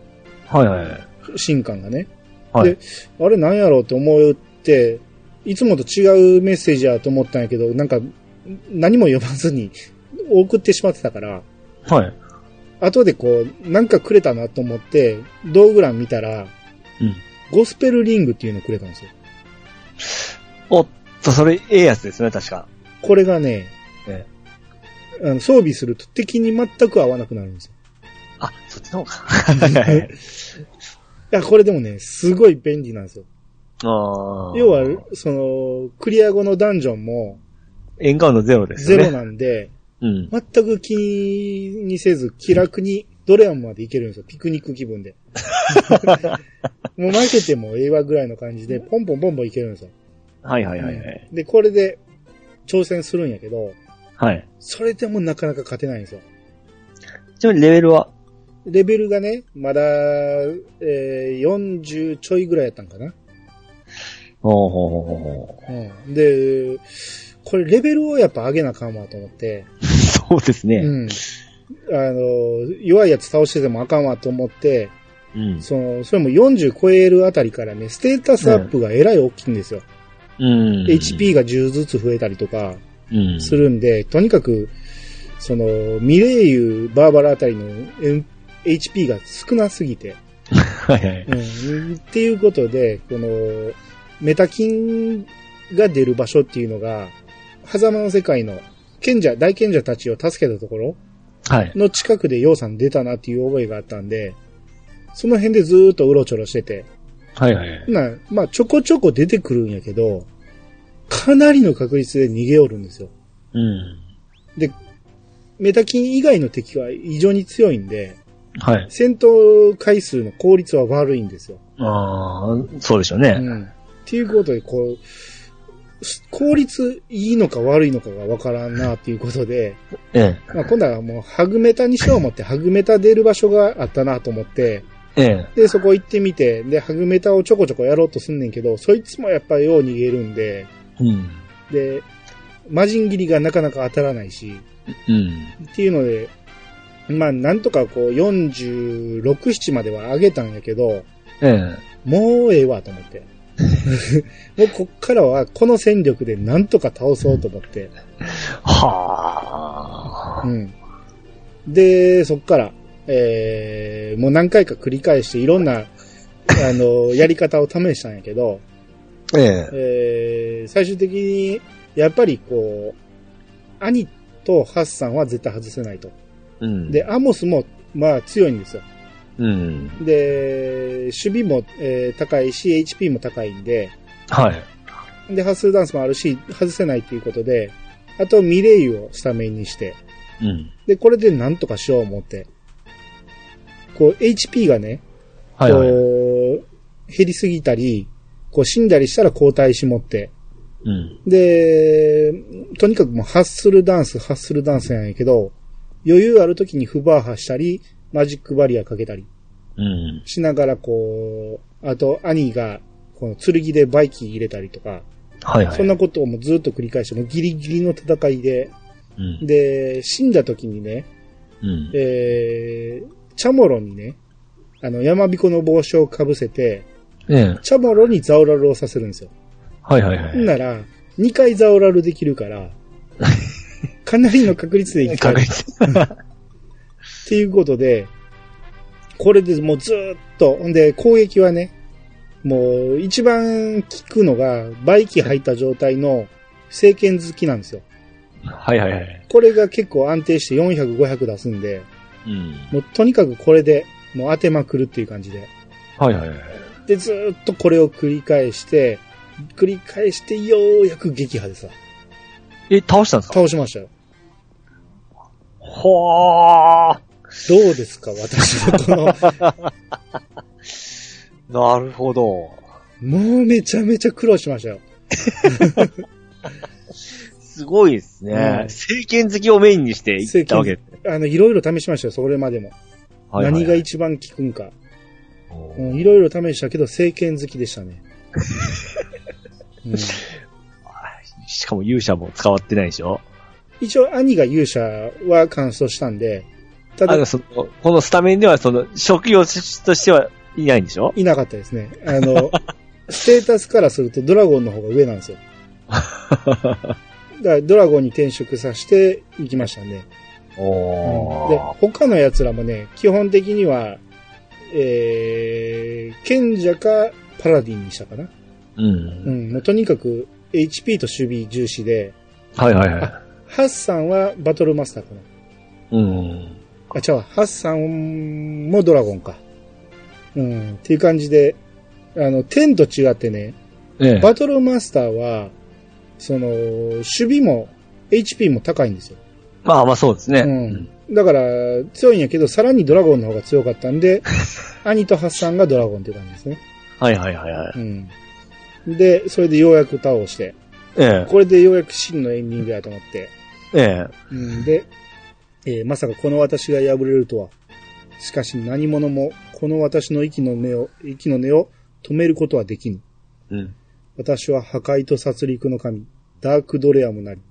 Speaker 2: はいはいはい。
Speaker 1: 神官がね。
Speaker 2: はい
Speaker 1: で、あれなんやろうって思って、いつもと違うメッセージやと思ったんやけど、なんか、何も読まずに送ってしまってたから、
Speaker 2: はい。
Speaker 1: 後でこう、なんかくれたなと思って、道具欄見たら、
Speaker 2: うん。
Speaker 1: ゴスペルリングっていうのくれたんですよ。
Speaker 2: おっと、それ、ええやつですね、確か。
Speaker 1: これがね、
Speaker 2: え
Speaker 1: あの装備すると敵に全く合わなくなるんですよ。
Speaker 2: あ、そっちの方か。はいはいはい。
Speaker 1: いや、これでもね、すごい便利なんですよ。
Speaker 2: あー
Speaker 1: 要は、その、クリア後のダンジョンも
Speaker 2: エンカウントゼロです
Speaker 1: ゼ
Speaker 2: よね。
Speaker 1: ロなんで、
Speaker 2: うん。
Speaker 1: 全く気にせず気楽にドレアンまで行けるんですよ。ピクニック気分で。 もう負けてもええわぐらいの感じで、ポンポンポンポン行けるんですよ。
Speaker 2: はいはいはいはい。
Speaker 1: で、これで挑戦するんやけど、
Speaker 2: はい。
Speaker 1: それでもなかなか勝てないんですよ。
Speaker 2: ちなみにレベルは
Speaker 1: レベルがね、まだ、えー40ちょいぐらいやったんかな。
Speaker 2: ほうほうほうほうほ
Speaker 1: うん、で、これレベルをやっぱ上げなあかんわと思って、
Speaker 2: う。そうですね。
Speaker 1: うん。あの、弱いやつ倒しててもあかんわと思って、
Speaker 2: うん。
Speaker 1: その、それも40超えるあたりからね、ステータスアップがえらい大きいんですよ。
Speaker 2: うん。
Speaker 1: HP が10ずつ増えたりとか
Speaker 2: うん。
Speaker 1: するんで、とにかく、その、ミレイユ、バーバラあたりの M- HP が少なすぎて、
Speaker 2: はいはい。
Speaker 1: うん、っていうことで、この、メタキンが出る場所っていうのが、狭間の世界の賢者、大賢者たちを助けたところ
Speaker 2: はい。
Speaker 1: の近くでヨウさん出たなっていう覚えがあったんで、その辺でずーっとうろちょろしてて、
Speaker 2: はいはいはい。
Speaker 1: な、まあちょこちょこ出てくるんやけど、かなりの確率で逃げおるんですよ。
Speaker 2: うん。
Speaker 1: メタキン以外の敵は異常に強いんで、
Speaker 2: はい。
Speaker 1: 戦闘回数の効率は悪いんですよ。
Speaker 2: ああ、そうでしょうね。
Speaker 1: うん。っていうことで、こう、す効率いいのか悪いのかがわからんなっていうことで、
Speaker 2: え
Speaker 1: まあ、今度はもうハグメタにしよう思って、ハグメタ出る場所があったなと思って、
Speaker 2: え。ええ。
Speaker 1: で、そこ行ってみて、で、ハグメタをちょこちょこやろうとすんねんけど、そいつもやっぱよう逃げるんで、
Speaker 2: うん。
Speaker 1: で、魔人斬りがなかなか当たらないし、
Speaker 2: うん。
Speaker 1: っていうので、まあ、なんとかこう、46、7までは上げたんやけど、
Speaker 2: ええ。
Speaker 1: もうええわと思って。 もうこっからはこの戦力でなんとか倒そうと思って。
Speaker 2: は
Speaker 1: う
Speaker 2: あ。
Speaker 1: ん。で、そっから、えー、もう何回か繰り返していろんな、あの、やり方を試したんやけど、
Speaker 2: ええ。
Speaker 1: えー、最終的に、やっぱりこう、兄とハッサンは絶対外せないと。
Speaker 2: うん。
Speaker 1: で、、アモスも、まあ強いんですよ。
Speaker 2: うん。
Speaker 1: で、守備も、えー高いし、HP も高いんで、
Speaker 2: はい。
Speaker 1: で、ハッスルダンスもあるし、外せないっていうことで、あとミレイユをスタメンにして、
Speaker 2: うん。
Speaker 1: で、これでなんとかしよう思って、こう、HP がね、
Speaker 2: はいはい。
Speaker 1: こう、減りすぎたり、こう、死んだりしたら交代しもって、
Speaker 2: うん。
Speaker 1: で、とにかくもうハッスルダンス、ハッスルダンスなんやけど、余裕ある時にフバーハしたり、マジックバリアかけたり
Speaker 2: うん。
Speaker 1: しながら、こう、あと、兄が、この剣でバイキン入れたりとか、
Speaker 2: はいはい。
Speaker 1: そんなことをもうずっと繰り返して、もうギリギリの戦いで、
Speaker 2: うん。
Speaker 1: で、死んだ時にね、
Speaker 2: うん。
Speaker 1: えー、チャモロにね、あの、山彦の帽子をかぶせて、
Speaker 2: ええ。
Speaker 1: チャモロにザオラルをさせるんですよ。
Speaker 2: はいはいは
Speaker 1: ほん
Speaker 2: い。
Speaker 1: なら、2回ザオラルできる から、かなりの確率で生き返
Speaker 2: 確
Speaker 1: る
Speaker 2: 率。
Speaker 1: っていうことで、これでもうずーっと、ほんで攻撃はね、もう一番効くのが、バイキ入った状態の聖剣好きなんですよ。
Speaker 2: はいはいはい。
Speaker 1: これが結構安定して400、500出すんで、
Speaker 2: うん。
Speaker 1: もうとにかくこれで、もう当てまくるっていう感じで。
Speaker 2: はいはいはい。
Speaker 1: で、ずーっとこれを繰り返して、繰り返してようやく撃破でさ、
Speaker 2: え、倒したんですか
Speaker 1: 倒しましたよ。
Speaker 2: はあ。
Speaker 1: どうですか私のこの、
Speaker 2: なるほど。
Speaker 1: もうめちゃめちゃ苦労しましたよ。
Speaker 2: すごいです
Speaker 1: う
Speaker 2: ね。
Speaker 1: ん
Speaker 2: 聖剣好きをメインにしていったわけですね。
Speaker 1: あの、いろいろ試しましたよ、それまでも。
Speaker 2: はいはいはい
Speaker 1: 何が一番効くんか。
Speaker 2: お
Speaker 1: う
Speaker 2: ー
Speaker 1: んいろいろ試したけど、聖剣好きでした ね。うん
Speaker 2: しかも勇者も使わってないでしょ
Speaker 1: 一応、兄が勇者は完走したんで、た
Speaker 2: あの
Speaker 1: だ、
Speaker 2: そのこのスタメンでは、その、職業としてはいないんでしょ
Speaker 1: いなかったですね。あ の、ステータスからするとドラゴンの方が上なんですよ。だからドラゴンに転職させていきましたね。うんで
Speaker 2: おー。、
Speaker 1: 他の奴らもね、基本的には、えー、賢者かパラディンにしたかな。
Speaker 2: う。
Speaker 1: うんん、もうとにかく HP と守備重視で、
Speaker 2: はいはいはい。
Speaker 1: ハッサンはバトルマスターかな。
Speaker 2: うん。
Speaker 1: あ、違うわ、ハッサンもドラゴンか。うん、っていう感じで、あの、天と違ってね、
Speaker 2: ええ。
Speaker 1: バトルマスターは、その、守備も、HP も高いんですよ。
Speaker 2: まあまあそうですね。
Speaker 1: うん。だから、強いんやけど、さらにドラゴンの方が強かったんで、兄とハッサンがドラゴンっていう感じですね。
Speaker 2: はいはいはいはい。
Speaker 1: うん。で、それでようやく倒して、
Speaker 2: ええ。
Speaker 1: これでようやく真のエンディングやと思って、
Speaker 2: ええ。
Speaker 1: うん、で、えーまさかこの私が破れるとは。しかし何者もこの私の息の根を、息の根を止めることはできぬ。
Speaker 2: うん。
Speaker 1: 私は破壊と殺戮の神、ダークドレアもなり。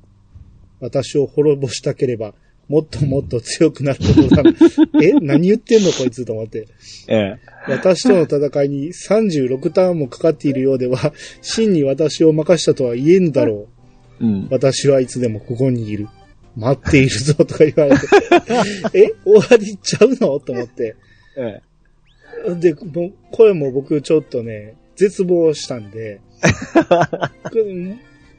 Speaker 1: 私を滅ぼしたければ、もっともっと強くなることだ。え、何言ってんのこいつと思って。
Speaker 2: ええ。
Speaker 1: 私との戦いに36ターンもかかっているようでは、真に私を任したとは言えぬだろう。
Speaker 2: うん。
Speaker 1: 私はいつでもここにいる。待っているぞとか言われて。 え終わりちゃうのと思って。
Speaker 2: ええ。
Speaker 1: で、もう声も僕ちょっとね、絶望したんで、これ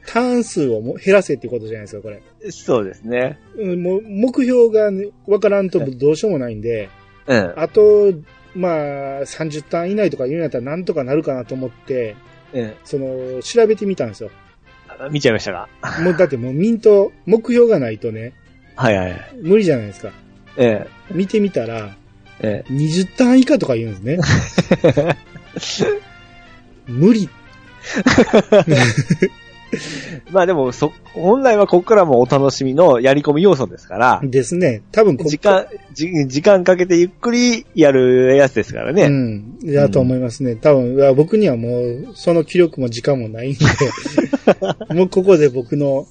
Speaker 1: ターン数をも減らせってことじゃないですか、これ。
Speaker 2: そうですね。
Speaker 1: うんもう目標がねわ、からんとどうしようもないんで、
Speaker 2: うん。
Speaker 1: あと、まあ、30ターン以内とか言うんやったらなんとかなるかなと思って、
Speaker 2: え
Speaker 1: その、調べてみたんですよ。
Speaker 2: え。見ちゃいましたか
Speaker 1: もうだってもうミント、目標がないとね、
Speaker 2: はいはい。
Speaker 1: 無理じゃないですか。
Speaker 2: ええ。
Speaker 1: 見てみたら、
Speaker 2: え
Speaker 1: 20単以下とか言うんですね。 無理。
Speaker 2: え。まあでも、そ、本来はここからもお楽しみのやり込み要素ですから、
Speaker 1: ですね。多分こ
Speaker 2: 時間、じ時間かけてゆっくりやるやつですから
Speaker 1: う
Speaker 2: ね。
Speaker 1: ん。だと思いますね。多分、いや僕にはもう、その気力も時間もないん で、もうここで僕の、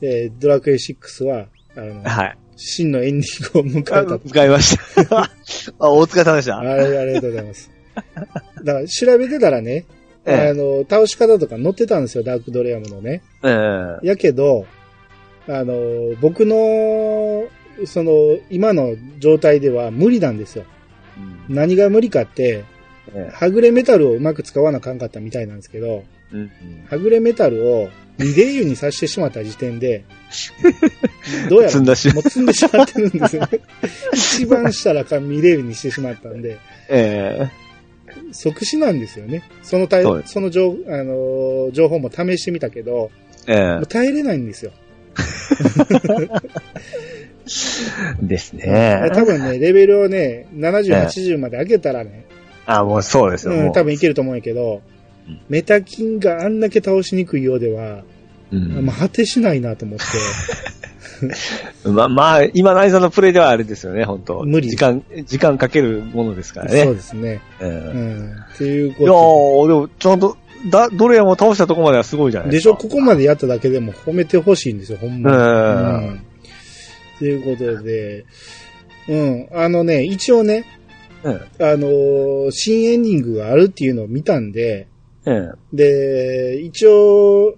Speaker 1: えードラクエ6は、あの、
Speaker 2: はい。
Speaker 1: 真のエンディングを迎えたと。
Speaker 2: 使いました。 あ、お疲れ様でし
Speaker 1: あ
Speaker 2: た。
Speaker 1: れありがとうございます。だから、調べてたらね、あ
Speaker 2: え
Speaker 1: の、倒し方とか載ってたんですよ、ダークドレアムのね。
Speaker 2: え。え
Speaker 1: やけど、あの、僕の、その、今の状態では無理なんですよ。
Speaker 2: え。
Speaker 1: 何が無理かって
Speaker 2: ええ、
Speaker 1: はぐれメタルをうまく使わなあかんかったみたいなんですけど、
Speaker 2: うん。
Speaker 1: はぐれメタルを二デ湯にさせてしまった時点 で、どうやら、
Speaker 2: 積ん
Speaker 1: も
Speaker 2: だし、
Speaker 1: う積んでしまってるんですよね。一番したらあかん二デ湯にしてしまったんで、
Speaker 2: ええ。
Speaker 1: 即死なんですよね。その体
Speaker 2: そうで、
Speaker 1: その情、あの、情報も試してみたけど、
Speaker 2: ええ
Speaker 1: もう。耐えれないんですよ。
Speaker 2: ですね。
Speaker 1: 多分 ね、レベルをね、70、
Speaker 2: ええ
Speaker 1: 80まで上げたらね、
Speaker 2: あ、もうそうですよ。
Speaker 1: う
Speaker 2: も
Speaker 1: ん、多分いけると思うんやけど
Speaker 2: うん、
Speaker 1: メタキンがあんだけ倒しにくいようでは、
Speaker 2: う
Speaker 1: ま
Speaker 2: ん
Speaker 1: あ、果てしないなと思って、
Speaker 2: まあ、まあ、今の間のプレイではあれですよね、本当
Speaker 1: 無理
Speaker 2: 時間、時間かけるものですから ね。
Speaker 1: そうですね。
Speaker 2: うん
Speaker 1: う
Speaker 2: い
Speaker 1: ん。っていう
Speaker 2: や
Speaker 1: こ
Speaker 2: ー、でも、ちゃんと、だ、どれも倒したとこまではすごいじゃな
Speaker 1: と。
Speaker 2: い
Speaker 1: で
Speaker 2: で
Speaker 1: し
Speaker 2: す
Speaker 1: ょ、
Speaker 2: か。
Speaker 1: ここまでやっただけでも褒めてほしいんですよ、ほんまに。
Speaker 2: うん
Speaker 1: うん。ということで、うん。あのね、一応ね、
Speaker 2: うん。
Speaker 1: あのー新エンディングがあるっていうのを見たんで、
Speaker 2: うん。
Speaker 1: で、一応、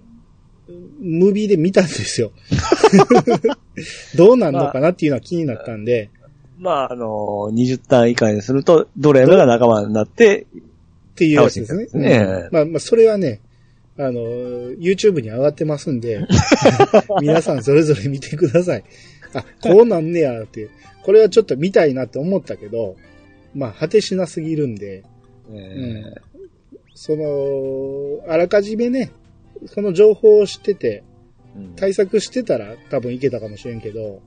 Speaker 1: ムービーで見たんです よ。どうなんのかなっていうのは気になったんで、
Speaker 2: まあ、あのー、20単以下にすると、ドレムが仲間になって、
Speaker 1: っていうやつですね。
Speaker 2: 倒していくやつ
Speaker 1: う
Speaker 2: ですね
Speaker 1: んまあ、まあ、それはね、あのー、YouTube に上がってますん で、皆さんそれぞれ見てください。あ、こうなんねやって。これはちょっと見たいなって思ったけど、まあ、果てしなすぎるんで、
Speaker 2: え
Speaker 1: その、あらかじめね、その情報を知ってて、
Speaker 2: ーうん
Speaker 1: 対策してたら多分いけたかもしれんけど、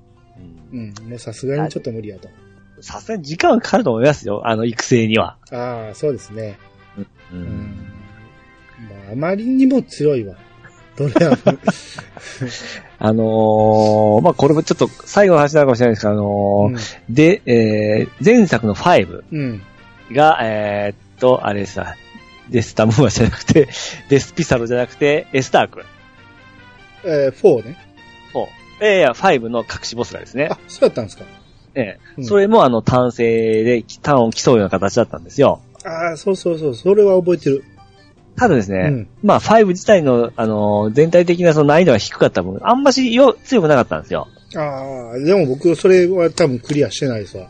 Speaker 2: うん
Speaker 1: うん、もうさすがにちょっと無理やと。
Speaker 2: さすがに時間はかかると思いますよ。あの、育成には。
Speaker 1: ああ、そうですね。
Speaker 2: う
Speaker 1: う。ん。まあ、あまりにも強いわ。ドレア ム。
Speaker 2: あのー、まあ、これもちょっと最後の話になるかもしれないですけど、あのーで、えー、前作の5
Speaker 1: うん。うん。
Speaker 2: が、えーっと、あれさ、デスタムーアじゃなくて、 デスピサロじゃなくて、エスターク。
Speaker 1: えー、4ね。
Speaker 2: をえーいや、5の隠しボスがですね
Speaker 1: あ。、そうだったんですか。
Speaker 2: え
Speaker 1: う
Speaker 2: え
Speaker 1: ん
Speaker 2: それもあの、単性で、単を競うような形だったんですよ。
Speaker 1: ああ、そうそうそう。それは覚えてる。
Speaker 2: ただですね、
Speaker 1: うん
Speaker 2: まあ、5自体の、あのー、全体的なその難易度が低かった分、あんましよ強くなかったんですよ。
Speaker 1: ああ、でも僕、それは多分クリアしてないですわ。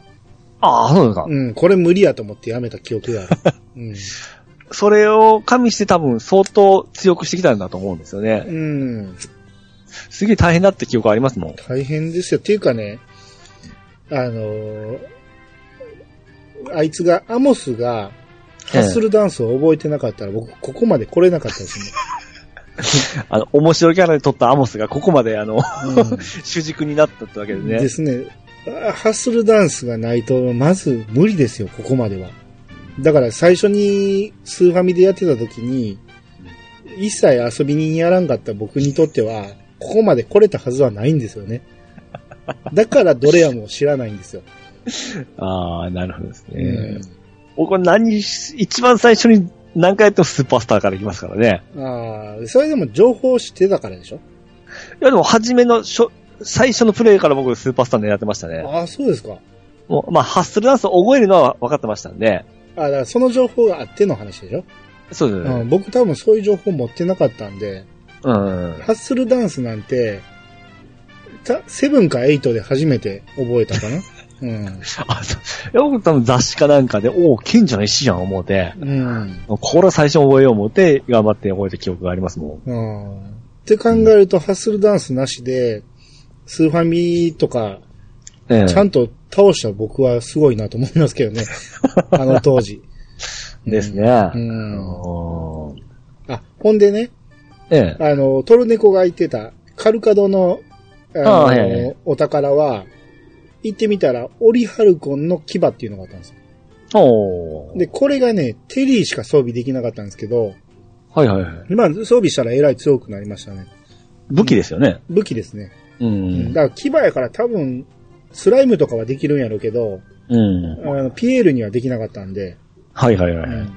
Speaker 2: ああ、そうですか。
Speaker 1: うん、これ無理やと思ってやめた記憶がある。 うん。
Speaker 2: それを加味して多分相当強くしてきたんだと思うんですよね。
Speaker 1: うん。
Speaker 2: すげえ大変だって記憶ありますもん。
Speaker 1: 大変ですよ。っていうかね、あのーあいつが、アモスが、ハッスルダンスを覚えてなかったら、僕、ここまで来れなかったですね。
Speaker 2: あの、面白いキャラで撮ったアモスがここまであの、
Speaker 1: う
Speaker 2: 主軸になったってわけで
Speaker 1: ん、
Speaker 2: ね。
Speaker 1: ですね。あハッスルダンスがないと、まず無理ですよ、ここまでは。だから最初にスーファミでやってた時に、一切遊びにやらんかった僕にとっては、ここまで来れたはずはないんですよね。だからドレアムを知らないんですよ。
Speaker 2: ああ、なるほどですね。
Speaker 1: うん
Speaker 2: 僕は何し、一番最初に何回やってもスーパースターから行きますからね。
Speaker 1: ああ、それでも情報を知ってたからでしょ
Speaker 2: いやでも初めの初、最初のプレイから僕スーパースター狙ってましたね。
Speaker 1: ああ、そうですか。
Speaker 2: もう、まあ、ハッスルダンスを覚えるのは分かってましたんで。
Speaker 1: ああ、だからその情報があっての話でしょ、
Speaker 2: そうです
Speaker 1: う
Speaker 2: ね。
Speaker 1: ん、僕多分そういう情報持ってなかったんで、
Speaker 2: うん。うん、
Speaker 1: ハッスルダンスなんて、たセブンかエイトで初めて覚えた かなうん。
Speaker 2: あ、そう。いや僕多分雑誌かなんかで、おお、賢者の石じゃん思うて。
Speaker 1: うん。
Speaker 2: これは最初覚えよう思って、頑張って覚えた記憶がありますもん。
Speaker 1: うん。って考えると、ハッスルダンスなしで、スーファミとか、
Speaker 2: ええ
Speaker 1: ちゃんと倒した僕はすごいなと思いますけどね。あの当時。
Speaker 2: ですね。
Speaker 1: うん
Speaker 2: あのー
Speaker 1: あ、ほんでね、
Speaker 2: ええ。
Speaker 1: あの、トルネコが言ってた、カルカドの、あの、
Speaker 2: ああはいはいはい
Speaker 1: お宝は、行ってみたら、オリハルコンの牙っていうのがあったんですよ。
Speaker 2: おー
Speaker 1: で、これがね、テリーしか装備できなかったんですけど、
Speaker 2: はいはいはい。
Speaker 1: まあ、装備したらえらい強くなりましたね。
Speaker 2: 武器ですよね。
Speaker 1: 武器ですね。
Speaker 2: う
Speaker 1: うん、
Speaker 2: ん。
Speaker 1: だから、牙やから多分、スライムとかはできるんやろうけど、
Speaker 2: うん。
Speaker 1: あの、ピエールにはできなかったんで。
Speaker 2: はいはいは
Speaker 1: う
Speaker 2: い。
Speaker 1: ん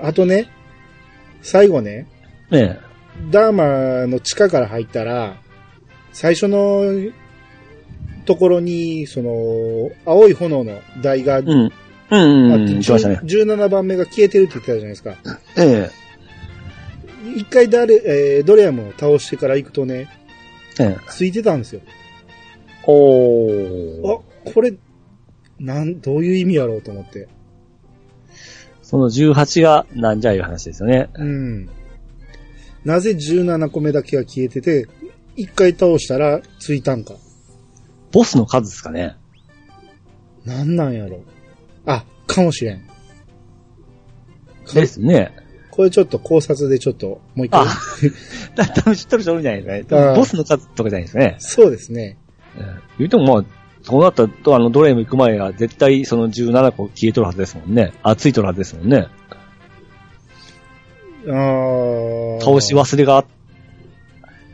Speaker 1: あとね、最後ね、
Speaker 2: ええ。
Speaker 1: ダーマの地下から入ったら、最初のところに、その、青い炎の台があって、
Speaker 2: うん。うんうん。行きましたね。
Speaker 1: 17番目が消えてるって言ってたじゃないですか。
Speaker 2: え
Speaker 1: 一回誰、えードレアムを倒してから行くとね、
Speaker 2: え。ええ。
Speaker 1: ついてたんですよ。
Speaker 2: おー。
Speaker 1: あ、これ、なん、どういう意味やろうと思って。
Speaker 2: その18がなんじゃいう話ですよね。
Speaker 1: うん。なぜ17個目だけが消えてて、一回倒したらついたんか。
Speaker 2: ボスの数ですかね。
Speaker 1: なんなんやろ。あ、かもしれん。
Speaker 2: ですね。
Speaker 1: これちょっと考察でちょっともう一回
Speaker 2: あ。だ、 多分知っとる人おるんじゃないですか
Speaker 1: うん
Speaker 2: ね。ボスの数とかじゃないですね。
Speaker 1: そうですね。
Speaker 2: うん言うてもまあ、そうなったとあの、ドレーム行く前は絶対その17個消えとるはずですもんね。あ、ついとるはずですもんね。
Speaker 1: あー
Speaker 2: 倒し。忘れがあっ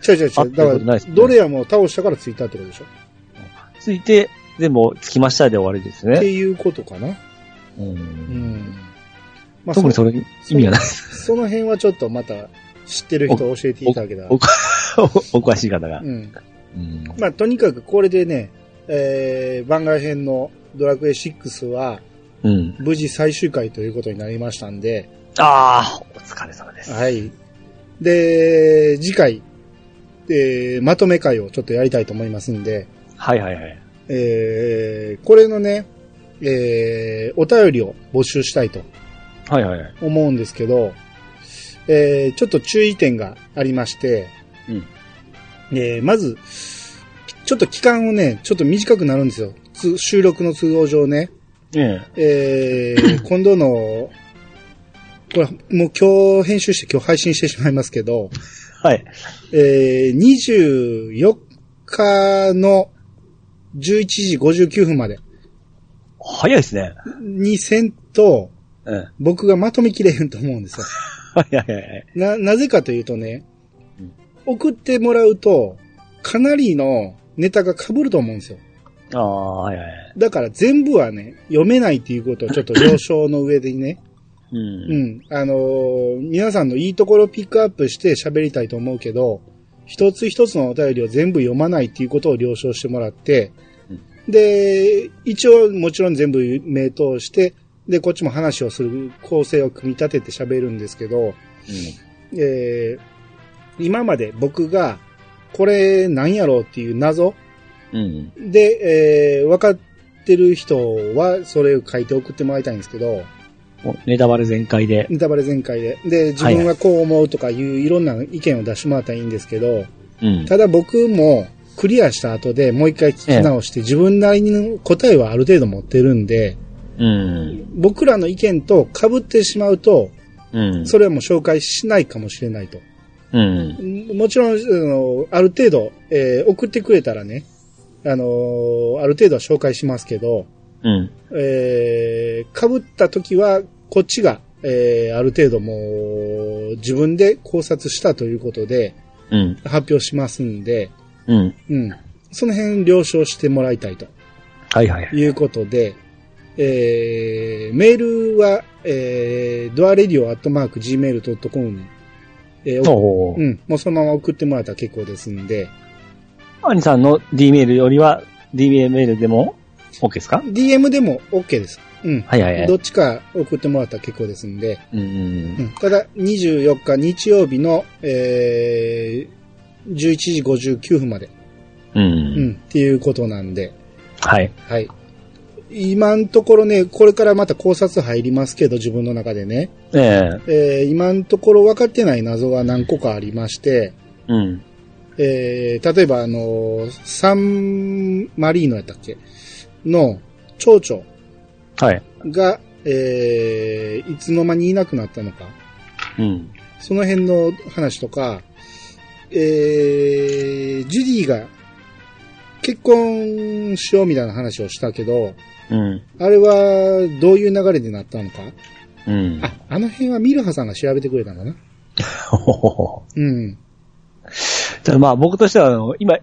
Speaker 1: 違う違う違
Speaker 2: あっ
Speaker 1: う。
Speaker 2: て
Speaker 1: だ
Speaker 2: こと
Speaker 1: か
Speaker 2: ない
Speaker 1: ら
Speaker 2: です、ね
Speaker 1: ドレアムを倒したからついたってことでしょ。
Speaker 2: ついて、でも、つきましたで終わりです
Speaker 1: って
Speaker 2: ね。
Speaker 1: いうことかな。
Speaker 2: う
Speaker 1: うんん。まあ、
Speaker 2: 特にそ
Speaker 1: の
Speaker 2: れ意味がない。
Speaker 1: その 辺はちょっとまた知ってる人教えていただけたら
Speaker 2: おおお詳しい方が
Speaker 1: う。ん。
Speaker 2: うん
Speaker 1: まあ、とにかくこれでね、えー番外編のドラクエ6は
Speaker 2: うん。
Speaker 1: 無事最終回ということになりましたんで、
Speaker 2: ああ、お疲れ様です。
Speaker 1: はい。で、次回、えーまとめ会をちょっとやりたいと思いますんで、
Speaker 2: はいはいはい。
Speaker 1: えーこれのね、えーお便りを募集したいと
Speaker 2: はいはいはい。
Speaker 1: 思うんですけど、えーちょっと注意点がありまして、
Speaker 2: うん
Speaker 1: えーまず、ちょっと期間をね、ちょっと短くなるんですよ。つ収録の都合上ね。
Speaker 2: え
Speaker 1: え ー今度の、これ、もう今日編集して今日配信してしまいますけど、
Speaker 2: え。はい。
Speaker 1: えー24日の11時59分まで
Speaker 2: 早いですね。
Speaker 1: にせんと、
Speaker 2: うん。は
Speaker 1: 僕がまとめきれへんと思うん ですよ。
Speaker 2: いはいはい。
Speaker 1: な、なぜかというとね
Speaker 2: うん、
Speaker 1: 送ってもらうと、かなりのネタが被ると思うんですよ。
Speaker 2: ああ、はいはい。
Speaker 1: だから全部はね、読めないっていうことをちょっと了承の上でね、
Speaker 2: う。
Speaker 1: うんん、あのー皆さんのいいところをピックアップして喋りたいと思うけど、一つ一つのお便りを全部読まないっていうことを了承してもらって
Speaker 2: うん、
Speaker 1: で、一応もちろん全部名通して、で、こっちも話をする構成を組み立てて喋るんですけど、えー今まで僕が、これなんやろうっていう謎
Speaker 2: うん。うん。
Speaker 1: で、えー分かってる人はそれを書いて送ってもらいたいんですけど、
Speaker 2: おネタバレ全開で。
Speaker 1: ネタバレ全開で。で、自分はこう思うとかいういろんな意見を出してもらったらいいんですけど、
Speaker 2: うん。
Speaker 1: ただ僕もクリアした後でもう一回聞き直して自分なりの答えはある程度持ってるんで、
Speaker 2: うん。
Speaker 1: 僕らの意見と被ってしまうと、
Speaker 2: うん。
Speaker 1: それはもう紹介しないかもしれないと。
Speaker 2: うん。
Speaker 1: もちろん、あの、ある程度、えー送ってくれたらね、あのーある程度は紹介しますけど、
Speaker 2: うん。
Speaker 1: えー、被った時は、こっちが、えーある程度もう、自分で考察したということで、
Speaker 2: うん。
Speaker 1: 発表しますんで、
Speaker 2: うん。
Speaker 1: うん。その辺了承してもらいたいと
Speaker 2: はいはいはい。
Speaker 1: いうことで、えー、メールは、えー、ドアレディオアットマーク gmail.com に、えー、
Speaker 2: お
Speaker 1: うん、もうそのまま送ってもらったら結構ですんで、
Speaker 2: アニさんの D メールよりは、D メールでも OK ですか
Speaker 1: DM でも OK です。うん。
Speaker 2: はいはいは
Speaker 1: ど
Speaker 2: い。
Speaker 1: っちか送ってもらったら結構ですんで、
Speaker 2: うんうん
Speaker 1: う。んただ、24日日曜日の、えー、11時59分まで、
Speaker 2: う。
Speaker 1: うんん、っていうことなんで、
Speaker 2: はい。
Speaker 1: はい。今のところね、これからまた考察入りますけど、自分の中でね、
Speaker 2: え
Speaker 1: え
Speaker 2: え。
Speaker 1: ー、今のところ分かってない謎が何個かありまして、
Speaker 2: うん。
Speaker 1: えー、例えばあのーサンマリーノやったっけの蝶々
Speaker 2: はい。
Speaker 1: が、えー、いつの間にいなくなったのか。
Speaker 2: うん。
Speaker 1: その辺の話とか、えー、ジュディが結婚しようみたいな話をしたけど、
Speaker 2: うん。
Speaker 1: あれはどういう流れになったのか
Speaker 2: うん。
Speaker 1: あ、あの辺はミルハさんが調べてくれたんだな。
Speaker 2: ほほほほ
Speaker 1: うん。
Speaker 2: ただまあ僕としては、あの今、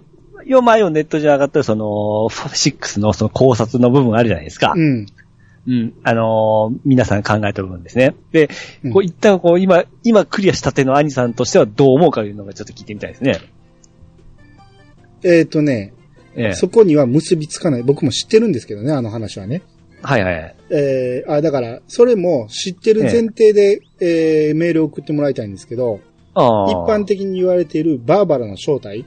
Speaker 2: よ前をネット上上がってるその、6のその考察の部分あるじゃないですか
Speaker 1: う。ん。
Speaker 2: うん。あのー皆さん考えた部分ですね。で
Speaker 1: うん、
Speaker 2: こう一旦こう今、今クリアしたてのアニさんとしてはどう思うかというのがちょっと聞いてみたいですね。
Speaker 1: えっ、ー、とね、
Speaker 2: ええ。
Speaker 1: そこには結びつかない。僕も知ってるんですけどね、あの話はね。
Speaker 2: はいはい。
Speaker 1: えー、あ、だから、それも知ってる前提で、えーメールを送ってもらいたいんですけど、
Speaker 2: ああ。
Speaker 1: 一般。的に言われているバーバラの正体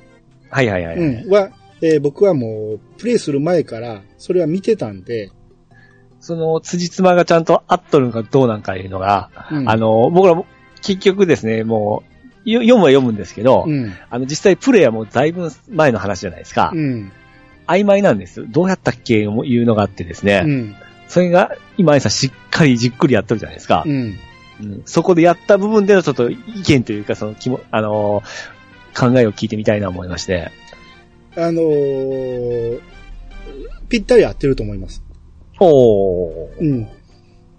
Speaker 2: はいはいはい。
Speaker 1: うん、は、えー僕はもう、プレイする前から、それは見てたんで、
Speaker 2: その、辻褄がちゃんと合っとるのかどうなんかいうのが、
Speaker 1: うん
Speaker 2: あ、の、僕らも、結局ですね、もう、よ読むは読むんですけど、
Speaker 1: うん、
Speaker 2: あの、実際プレイはもうだいぶ前の話じゃないですか。
Speaker 1: うん、
Speaker 2: 曖昧なんですよ。どうやったっけいうのがあってですね。
Speaker 1: うん、
Speaker 2: それが、今、さんしっかりじっくりやってるじゃないですか
Speaker 1: う。ん、
Speaker 2: うんそこでやった部分でのちょっと意見というか、その、きも、あのー考えを聞いてみたいな思いまして。
Speaker 1: あのーぴったり合ってると思います。
Speaker 2: おー。
Speaker 1: うん。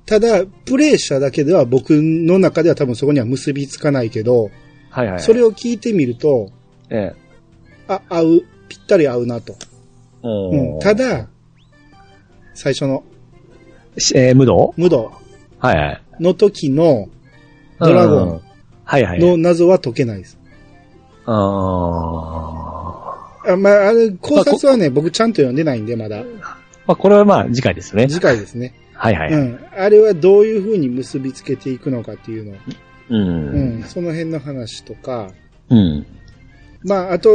Speaker 1: ただ、プレイしただけでは僕の中では多分そこには結びつかないけど、
Speaker 2: はいはい。
Speaker 1: それを聞いてみると、
Speaker 2: ええ。
Speaker 1: あ、合う、ぴったり合うなと。う
Speaker 2: お
Speaker 1: ん、
Speaker 2: ー
Speaker 1: た、だ、最初の、
Speaker 2: しえー、無道
Speaker 1: 無道
Speaker 2: はいはい。
Speaker 1: の時のドラゴン
Speaker 2: うん。はいはい。
Speaker 1: の謎は解けないです。
Speaker 2: あ
Speaker 1: あまあ、あれ、考察はね、僕ちゃんと読んでないんで、まだ。
Speaker 2: まあ、これはまあ、次回ですね。
Speaker 1: 次回ですね。
Speaker 2: はいは
Speaker 1: う
Speaker 2: い。
Speaker 1: ん。あれはどういう風に結びつけていくのかっていうの。
Speaker 2: う。
Speaker 1: うんん。その辺の話とか。
Speaker 2: うん。
Speaker 1: まあ、あと、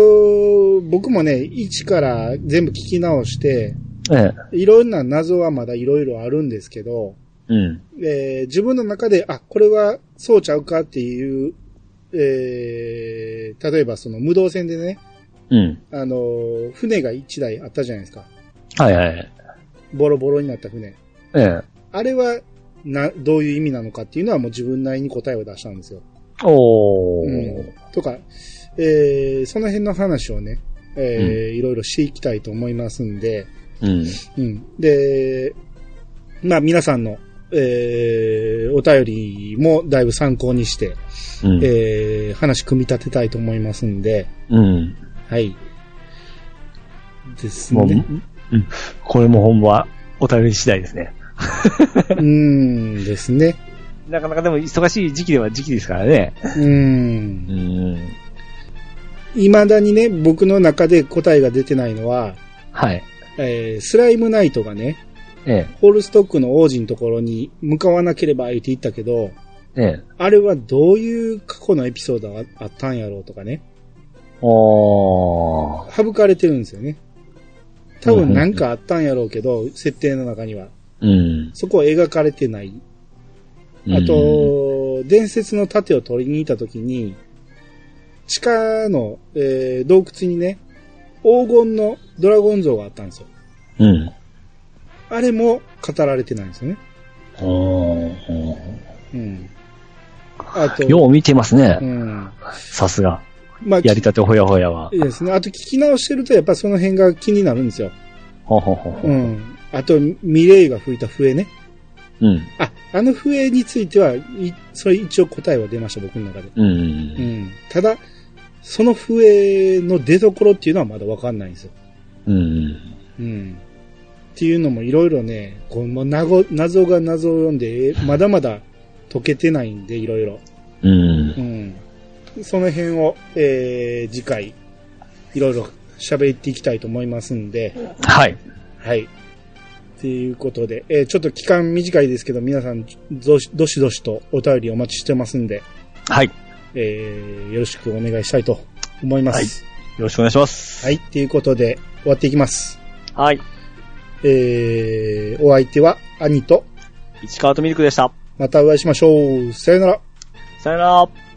Speaker 1: 僕もね、一から全部聞き直して、
Speaker 2: ええ。
Speaker 1: いろんな謎はまだいろいろあるんですけど、
Speaker 2: うん。
Speaker 1: えー自分の中で、あ、これはそうちゃうかっていう、えー例えばその無動線でね、
Speaker 2: うん。
Speaker 1: あのー船が一台あったじゃないですか。
Speaker 2: はいはい。
Speaker 1: ボロボロになった船。
Speaker 2: ええ。
Speaker 1: あれは、な、どういう意味なのかっていうのはもう自分なりに答えを出したんですよ。
Speaker 2: お
Speaker 1: うん
Speaker 2: ー。
Speaker 1: とか、えーその辺の話をね、えーいろいろしていきたいと思いますんで、
Speaker 2: うん。
Speaker 1: うん。で、まあ皆さんの、えーお便りもだいぶ参考にして、
Speaker 2: うん。
Speaker 1: えー話組み立てたいと思いますんで、
Speaker 2: うん。
Speaker 1: はい。です
Speaker 2: もう、
Speaker 1: ね。
Speaker 2: うん。これもほんま、お便り次第ですね。
Speaker 1: うーん、ですね。
Speaker 2: なかなかでも忙しい時期では時期ですからね。
Speaker 1: うーん。
Speaker 2: ん。
Speaker 1: 未だにね、僕の中で答えが出てないのは、
Speaker 2: はい。
Speaker 1: えースライムナイトがね、
Speaker 2: ええ。
Speaker 1: ホールストックの王子のところに向かわなければ言って言ったけど、
Speaker 2: ええ。
Speaker 1: あれはどういう過去のエピソードがあったんやろうとかね、
Speaker 2: おー。
Speaker 1: 省かれてるんですよね。多分なんかあったんやろうけど、設定の中には。
Speaker 2: うん。
Speaker 1: そこは描かれてないあと、伝説の盾を取りに行った時に、地下の、えー洞窟にね、黄金のドラゴン像があったんですよ。
Speaker 2: うん、
Speaker 1: あれも語られてないんですよね。
Speaker 2: うん。おー。
Speaker 1: うん。あと、
Speaker 2: よう見てますね
Speaker 1: う。ん。
Speaker 2: さすが。
Speaker 1: まあ、
Speaker 2: やりたてほやほやは。
Speaker 1: いいですね。あと聞き直してるとやっぱその辺が気になるんですよ。
Speaker 2: ほほほほ。
Speaker 1: うん。あと、ミレイが吹いた笛ね。
Speaker 2: うん。
Speaker 1: あ、あの笛については、いそれ一応答えは出ました、僕の中で。う
Speaker 2: う。
Speaker 1: んん。ただ、その笛の出所っていうのはまだわかんないんですよ。
Speaker 2: うん。
Speaker 1: うん。っていうのもいろいろね、こうもう謎謎が謎を読んで、えまだまだ解けてないんで、いろいろ。
Speaker 2: うん
Speaker 1: う。ん。その辺を、えー、次回、いろいろ喋っていきたいと思いますんで、
Speaker 2: はい。
Speaker 1: はい。ということで、えーちょっと期間短いですけど、皆さん、どしどしどしとお便りお待ちしてますんで、
Speaker 2: はい。よ
Speaker 1: えー、よろしくお願いしたいと思います。
Speaker 2: ろしくお願いします。
Speaker 1: はい。ということで、終わっていきます。
Speaker 2: はい。
Speaker 1: えー、お相手は、兄と、
Speaker 2: 市川とミルクでした。
Speaker 1: またお会いしましょう。さよなら。
Speaker 2: さよなら。